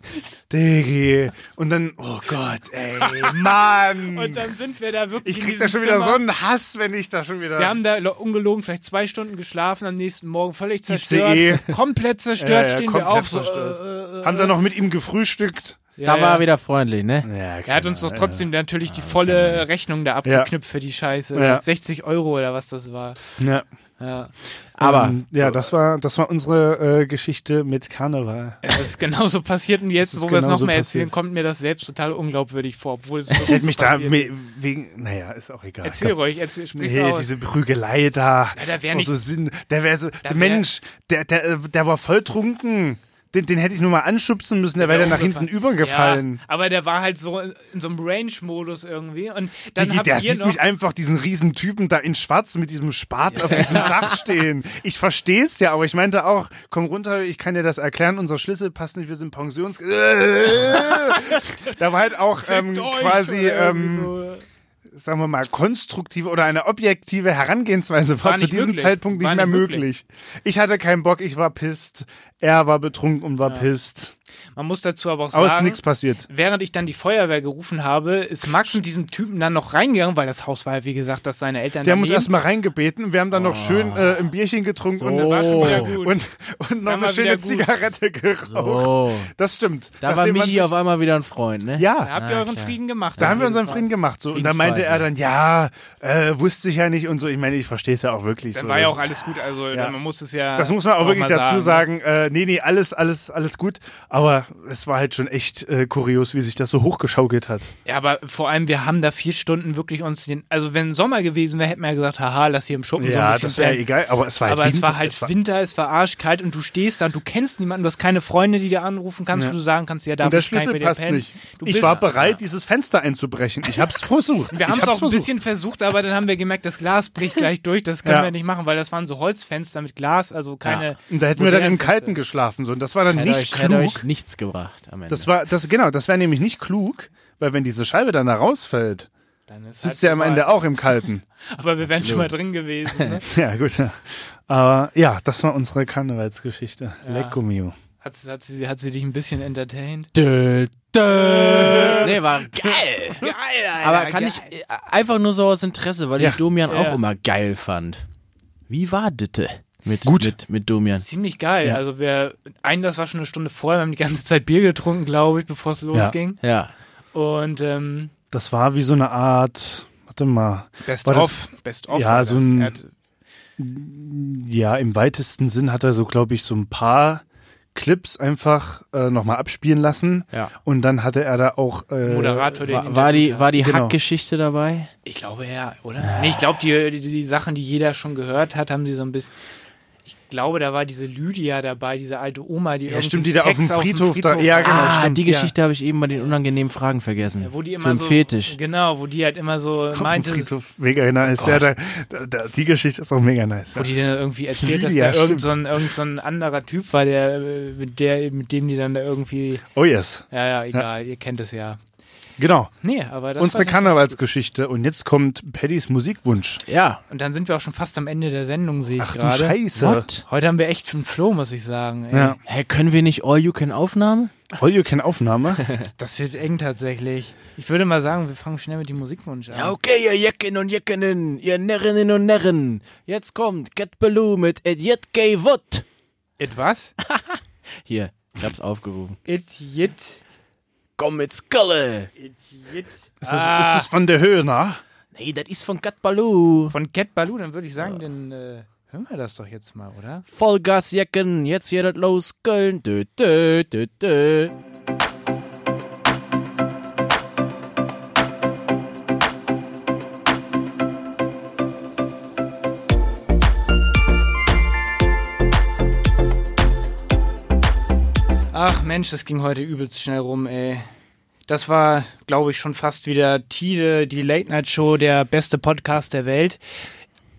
[SPEAKER 2] Diggi. Und dann, oh Gott, ey, Mann.
[SPEAKER 3] *laughs* Und dann sind wir da wirklich
[SPEAKER 2] ich
[SPEAKER 3] in
[SPEAKER 2] krieg
[SPEAKER 3] diesem
[SPEAKER 2] da schon wieder
[SPEAKER 3] Zimmer.
[SPEAKER 2] so einen Hass, wenn ich da schon wieder.
[SPEAKER 3] Wir haben da lo- ungelogen vielleicht zwei Stunden geschlafen, am nächsten Morgen völlig zerstört,
[SPEAKER 2] ICE.
[SPEAKER 3] komplett zerstört,
[SPEAKER 2] E. Ja, ja,
[SPEAKER 3] stehen
[SPEAKER 2] komplett
[SPEAKER 3] wir auf.
[SPEAKER 2] zerstört.
[SPEAKER 3] So, äh, äh,
[SPEAKER 2] Haben dann noch mit ihm gefrühstückt.
[SPEAKER 3] ja,
[SPEAKER 4] Da war
[SPEAKER 3] ja.
[SPEAKER 4] er wieder freundlich, ne?
[SPEAKER 2] Ja,
[SPEAKER 3] Er hat uns doch trotzdem natürlich
[SPEAKER 2] Ah,
[SPEAKER 3] die volle Rechnung da abgeknüpft für die Scheiße.
[SPEAKER 2] Ja.
[SPEAKER 3] 60 Euro oder was das war.
[SPEAKER 2] Ja.
[SPEAKER 3] Ja.
[SPEAKER 4] Aber
[SPEAKER 2] Ähm, ja, das war, das war unsere äh, Geschichte mit Karneval.
[SPEAKER 3] Äh, Das
[SPEAKER 2] *laughs*
[SPEAKER 3] ist genauso passiert und jetzt,
[SPEAKER 2] Das ist
[SPEAKER 3] wo wir es noch
[SPEAKER 2] genauso
[SPEAKER 3] mehr erzählen,
[SPEAKER 2] passiert.
[SPEAKER 3] kommt mir das selbst total unglaubwürdig vor, obwohl es
[SPEAKER 2] Ich hätte mich da
[SPEAKER 3] passiert.
[SPEAKER 2] me- wegen, naja, ist auch egal.
[SPEAKER 3] Erzähl ruhig, erzähl, sprich's
[SPEAKER 2] Nee,
[SPEAKER 3] aus.
[SPEAKER 2] diese Prügelei da.
[SPEAKER 3] da wär
[SPEAKER 2] das war
[SPEAKER 3] nicht-
[SPEAKER 2] so Sinn. Der wäre so, der
[SPEAKER 3] wär-
[SPEAKER 2] Mensch, der, der, äh, der war voll trunken. Den, den hätte ich nur mal anschubsen müssen, der wäre dann nach hinten übergefallen.
[SPEAKER 3] Ja, aber der war halt so in, in so einem Range-Modus irgendwie. Und dann
[SPEAKER 2] Digi,
[SPEAKER 3] habt
[SPEAKER 2] der
[SPEAKER 3] ihr
[SPEAKER 2] sieht
[SPEAKER 3] noch,
[SPEAKER 2] mich einfach, diesen riesen Typen da in schwarz mit diesem Spaten auf diesem Dach stehen. Ich versteh's ja, aber ich meinte auch, komm runter, ich kann dir das erklären, unser Schlüssel passt nicht, wir sind Pensions... *laughs* da war halt auch ähm,
[SPEAKER 3] Fickt euch
[SPEAKER 2] quasi,
[SPEAKER 3] oder irgendwie
[SPEAKER 2] ähm,
[SPEAKER 3] so.
[SPEAKER 2] sagen wir mal, konstruktive oder eine objektive Herangehensweise war,
[SPEAKER 3] War
[SPEAKER 2] zu
[SPEAKER 3] nicht
[SPEAKER 2] diesem
[SPEAKER 3] möglich.
[SPEAKER 2] Zeitpunkt nicht
[SPEAKER 3] War
[SPEAKER 2] mehr
[SPEAKER 3] nicht
[SPEAKER 2] möglich.
[SPEAKER 3] möglich.
[SPEAKER 2] Ich hatte keinen Bock, ich war pisst. Er war betrunken und war pisst.
[SPEAKER 3] Man muss dazu aber auch
[SPEAKER 2] Aber es ist
[SPEAKER 3] sagen,
[SPEAKER 2] nichts passiert.
[SPEAKER 3] während ich dann die Feuerwehr gerufen habe, ist Max mit diesem Typen dann noch reingegangen, weil das Haus war ja, wie gesagt, dass seine Eltern
[SPEAKER 2] Die haben uns
[SPEAKER 3] daneben-
[SPEAKER 2] erstmal reingebeten. Wir haben dann noch schön äh, ein Bierchen getrunken und,
[SPEAKER 4] War schon wieder
[SPEAKER 3] Oh. gut.
[SPEAKER 2] und, und noch
[SPEAKER 3] Dann
[SPEAKER 2] eine
[SPEAKER 3] war
[SPEAKER 2] schöne
[SPEAKER 3] wieder gut.
[SPEAKER 2] Zigarette geraucht.
[SPEAKER 4] so,
[SPEAKER 2] Das stimmt.
[SPEAKER 4] da war
[SPEAKER 2] Nachdem man
[SPEAKER 4] Michi
[SPEAKER 2] sich-
[SPEAKER 4] auf einmal wieder ein Freund, ne?
[SPEAKER 3] Da
[SPEAKER 2] Ja,
[SPEAKER 3] habt ihr
[SPEAKER 4] Ah,
[SPEAKER 3] euren
[SPEAKER 4] klar.
[SPEAKER 3] Frieden gemacht.
[SPEAKER 2] da haben wir
[SPEAKER 3] Auf jeden
[SPEAKER 2] unseren
[SPEAKER 3] Fall.
[SPEAKER 2] Frieden gemacht. So. Und dann meinte er dann, ja, äh, wusste ich ja nicht und so. Ich meine, ich verstehe es ja auch wirklich.
[SPEAKER 3] Dann
[SPEAKER 2] so.
[SPEAKER 3] war ja auch alles gut, also
[SPEAKER 2] Ja.
[SPEAKER 3] man muss ne? es ja.
[SPEAKER 2] Das muss man auch
[SPEAKER 3] noch
[SPEAKER 2] wirklich
[SPEAKER 3] mal
[SPEAKER 2] dazu sagen. Äh, nee, nee, alles, alles, alles gut. Aber es war halt schon echt äh, kurios, wie sich das so hochgeschaukelt hat.
[SPEAKER 3] Ja, aber vor allem, wir haben da vier Stunden wirklich uns den. Also, wenn Sommer gewesen wäre, hätten wir ja gesagt, haha, lass hier im Schuppen so ein bisschen
[SPEAKER 2] wär
[SPEAKER 3] pennen.
[SPEAKER 2] egal, aber es war
[SPEAKER 3] Aber es war halt
[SPEAKER 2] es war-
[SPEAKER 3] Winter, es war arschkalt und du stehst da und du kennst niemanden, du hast keine Freunde, die dir anrufen kannst,
[SPEAKER 2] Ja.
[SPEAKER 3] wo du sagen kannst, ja, da
[SPEAKER 2] und der Schlüssel
[SPEAKER 3] ich bei dir
[SPEAKER 2] passt
[SPEAKER 3] pennen.
[SPEAKER 2] nicht.
[SPEAKER 3] Du
[SPEAKER 2] Ich
[SPEAKER 3] bist-
[SPEAKER 2] war bereit, dieses Fenster einzubrechen. Ich
[SPEAKER 3] *laughs*
[SPEAKER 2] hab's versucht.
[SPEAKER 3] Wir haben
[SPEAKER 2] Ich
[SPEAKER 3] es auch
[SPEAKER 2] hab's
[SPEAKER 3] ein
[SPEAKER 2] versucht.
[SPEAKER 3] bisschen versucht, aber dann haben wir gemerkt, das
[SPEAKER 2] *laughs*
[SPEAKER 3] Glas bricht gleich durch. Das können
[SPEAKER 2] Ja.
[SPEAKER 3] wir nicht machen, weil das waren so Holzfenster mit Glas, also keine.
[SPEAKER 4] Ja.
[SPEAKER 2] Und da hätten wir dann im
[SPEAKER 3] modernen Fenster.
[SPEAKER 2] Kalten geschlafen. So. Und das war dann
[SPEAKER 4] Hätte
[SPEAKER 2] nicht
[SPEAKER 4] euch, hätte euch
[SPEAKER 2] klug.
[SPEAKER 4] nichts gebracht am Ende.
[SPEAKER 2] Das war, das, genau, das wäre nämlich nicht klug, weil wenn diese Scheibe dann da rausfällt,
[SPEAKER 3] Dann ist
[SPEAKER 2] sitzt
[SPEAKER 3] halt
[SPEAKER 2] er am
[SPEAKER 3] vorbei.
[SPEAKER 2] Ende auch im
[SPEAKER 3] *laughs*
[SPEAKER 2] Kalten.
[SPEAKER 3] Aber wir wären schon mal drin gewesen.
[SPEAKER 2] *laughs*
[SPEAKER 3] Ne?
[SPEAKER 2] ja, gut. Ja. Aber ja, das war unsere Karnevalsgeschichte. um Lecco mio.
[SPEAKER 3] Hat, sie- hat, sie, hat sie dich ein bisschen entertained?
[SPEAKER 4] Dö, dö. Nee, war geil.
[SPEAKER 3] *laughs* Geil, Alter,
[SPEAKER 4] Aber kann ich äh, einfach nur so aus Interesse, weil
[SPEAKER 2] Ja.
[SPEAKER 4] ich Domian auch
[SPEAKER 3] Ja.
[SPEAKER 4] immer geil fand. Wie war Ditte mit,
[SPEAKER 2] Gut.
[SPEAKER 4] mit, mit Domian?
[SPEAKER 3] Ziemlich geil.
[SPEAKER 2] Ja.
[SPEAKER 3] Also, wir. Einen, das war schon eine Stunde vorher. Wir haben die ganze Zeit Bier getrunken, glaube ich, bevor es losging.
[SPEAKER 4] Ja.
[SPEAKER 3] Und, ähm.
[SPEAKER 2] Das war wie so eine Art, warte mal,
[SPEAKER 3] Best
[SPEAKER 2] War das-
[SPEAKER 3] of. Best of.
[SPEAKER 2] Ja,
[SPEAKER 3] war
[SPEAKER 2] so
[SPEAKER 3] das.
[SPEAKER 2] ein-
[SPEAKER 3] Er hat-
[SPEAKER 2] ja, im weitesten Sinn hat er so, glaube ich, so ein paar Clips einfach äh, nochmal abspielen lassen.
[SPEAKER 4] Ja.
[SPEAKER 2] Und dann hatte er da auch. Äh,
[SPEAKER 3] Moderator, den
[SPEAKER 4] War, war die,
[SPEAKER 3] interviewt
[SPEAKER 4] war die
[SPEAKER 2] Genau.
[SPEAKER 4] Hackgeschichte dabei?
[SPEAKER 3] hat. Ich glaube ja, oder? Nee, ich glaube, die, die, die Sachen, die jeder schon gehört hat, haben sie so ein bisschen. Ich glaube, da war diese Lydia dabei, diese alte Oma, die
[SPEAKER 2] Ja,
[SPEAKER 3] irgendwie
[SPEAKER 2] stimmt, die da auf
[SPEAKER 3] Sex
[SPEAKER 2] dem Friedhof da-
[SPEAKER 3] Friedhof
[SPEAKER 2] ja,
[SPEAKER 3] hatte.
[SPEAKER 2] genau,
[SPEAKER 4] ah,
[SPEAKER 2] stimmt,
[SPEAKER 4] die
[SPEAKER 2] ja.
[SPEAKER 4] Geschichte habe ich eben bei den unangenehmen Fragen vergessen.
[SPEAKER 3] Wo die immer
[SPEAKER 4] Zum
[SPEAKER 3] so
[SPEAKER 4] Fetisch.
[SPEAKER 3] Genau, wo die halt immer so
[SPEAKER 2] Auf dem
[SPEAKER 3] meinte,
[SPEAKER 2] Friedhof, mega nice. Ja, da, da, da, die Geschichte ist auch mega nice.
[SPEAKER 3] wo
[SPEAKER 2] Ja.
[SPEAKER 3] die dann irgendwie erzählt, dass
[SPEAKER 2] Lydia,
[SPEAKER 3] da
[SPEAKER 2] stimmt.
[SPEAKER 3] irgend so, ein, irgend so ein anderer Typ war, der äh, mit der, mit dem die dann da irgendwie.
[SPEAKER 2] Oh yes,
[SPEAKER 3] Ja, ja, egal, ihr kennt es ja.
[SPEAKER 2] genau.
[SPEAKER 3] Nee, aber das
[SPEAKER 2] Unsere
[SPEAKER 3] war tatsächlich-
[SPEAKER 2] Karnevalsgeschichte. Und jetzt kommt Paddys Musikwunsch.
[SPEAKER 4] Ja.
[SPEAKER 3] Und dann sind wir auch schon fast am Ende der Sendung, sehe ich
[SPEAKER 2] Ach du
[SPEAKER 3] gerade.
[SPEAKER 2] Scheiße.
[SPEAKER 4] What?
[SPEAKER 3] Heute haben wir echt einen Flow, muss ich sagen. Ey.
[SPEAKER 2] Ja.
[SPEAKER 4] Hä, können wir nicht All You Can Aufnahme?
[SPEAKER 2] All You Can Aufnahme.
[SPEAKER 3] Das, das wird eng tatsächlich. Ich würde mal sagen, wir fangen schnell mit dem Musikwunsch an.
[SPEAKER 4] okay, ihr Jecken und Jeckenen, ihr Nerrinnen und Nerren. Jetzt kommt Get Baloo mit It Yet Gay Wood.
[SPEAKER 3] It was?
[SPEAKER 4] Hier, ich hab's aufgerufen.
[SPEAKER 3] It yit.
[SPEAKER 4] Komm mit Skolle.
[SPEAKER 3] It yit.
[SPEAKER 2] Ist, das, ist das von der Höhe, na?
[SPEAKER 4] Nee, das ist von Get Baloo.
[SPEAKER 3] Von Cat Baloo, dann würde ich sagen, dann äh, hören wir das doch jetzt mal, oder?
[SPEAKER 4] Vollgas Jecken, jetzt hier das los, Köln. Dö, dö, dö, dö.
[SPEAKER 3] Ach Mensch, das ging heute übelst schnell rum, ey. Das war, glaube ich, schon fast wieder Tide, die Late-Night-Show, der beste Podcast der Welt.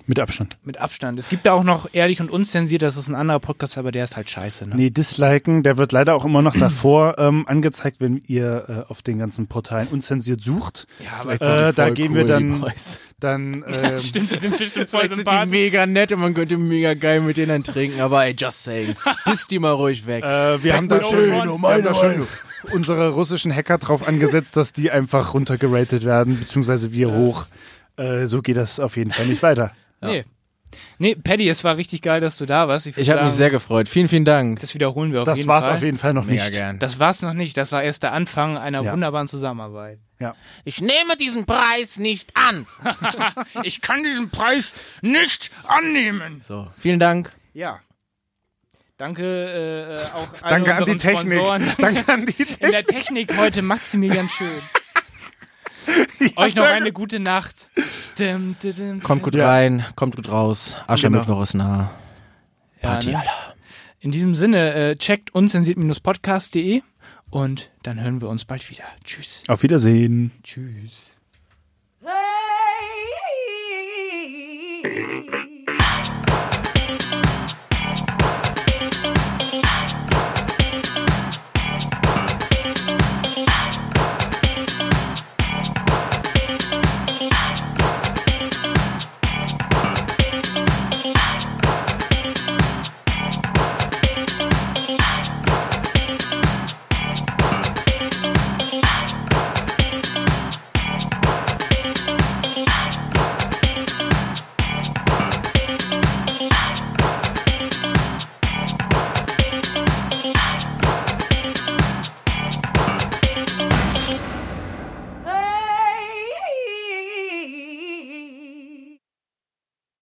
[SPEAKER 2] Mit Abstand.
[SPEAKER 3] Mit Abstand. Es gibt da auch noch ehrlich und unzensiert, das ist ein anderer Podcast, aber der ist halt scheiße, ne?
[SPEAKER 2] Nee, disliken, der wird leider auch immer noch davor *clears throat* ähm, angezeigt, wenn ihr äh, auf den ganzen Portalen unzensiert sucht.
[SPEAKER 3] Ja, aber
[SPEAKER 4] Jetzt sind die
[SPEAKER 2] Äh, da
[SPEAKER 4] voll
[SPEAKER 2] gehen wir
[SPEAKER 4] die
[SPEAKER 2] dann-
[SPEAKER 4] Boys.
[SPEAKER 2] Dann ähm,
[SPEAKER 3] *laughs* stimmt, die sind bestimmt voll
[SPEAKER 4] Vielleicht sind die mega nett und man könnte mega geil mit denen trinken, aber ey, just saying.
[SPEAKER 5] *laughs*
[SPEAKER 4] Diss die mal ruhig weg.
[SPEAKER 2] Äh, wir haben da
[SPEAKER 3] mit
[SPEAKER 2] schön,
[SPEAKER 3] Ohren.
[SPEAKER 2] wir haben da schön unsere russischen Hacker drauf angesetzt, dass die einfach runtergeratet werden, beziehungsweise wir hoch. Äh, so geht das auf jeden Fall nicht weiter.
[SPEAKER 3] Nee. Nee, Paddy, es war richtig geil, dass du da warst. würd
[SPEAKER 4] Ich habe mich
[SPEAKER 3] sagen,
[SPEAKER 4] sehr gefreut. Vielen, vielen Dank.
[SPEAKER 3] Das wiederholen wir auf
[SPEAKER 2] Das
[SPEAKER 3] jeden
[SPEAKER 2] war's
[SPEAKER 3] Fall.
[SPEAKER 2] auf jeden Fall noch
[SPEAKER 4] Mega
[SPEAKER 2] nicht.
[SPEAKER 4] gern.
[SPEAKER 3] Das war's noch nicht. Das war erst der Anfang einer
[SPEAKER 2] Ja.
[SPEAKER 3] wunderbaren Zusammenarbeit.
[SPEAKER 2] Ja.
[SPEAKER 5] Ich nehme diesen Preis nicht an.
[SPEAKER 3] *laughs* Ich kann diesen Preis nicht annehmen.
[SPEAKER 4] So, vielen Dank.
[SPEAKER 3] Ja. Danke äh, äh, auch allen
[SPEAKER 2] Danke an die
[SPEAKER 3] unseren
[SPEAKER 2] Technik. *laughs*
[SPEAKER 3] Sponsoren.
[SPEAKER 2] Danke an die
[SPEAKER 3] In der
[SPEAKER 2] Technik.
[SPEAKER 3] Technik heute Maximilian Schön. Euch noch eine gute Nacht. Dim, dim, dim.
[SPEAKER 4] Kommt gut
[SPEAKER 2] Ja.
[SPEAKER 4] rein, kommt gut raus. Aschermittwoch ist nah.
[SPEAKER 3] Ja,
[SPEAKER 4] Party
[SPEAKER 3] ne?
[SPEAKER 4] aller.
[SPEAKER 3] In diesem Sinne, äh, checkt unzensiert-podcast.de E und dann hören wir uns bald wieder. Tschüss.
[SPEAKER 2] Auf Wiedersehen.
[SPEAKER 3] Tschüss.
[SPEAKER 6] Hey.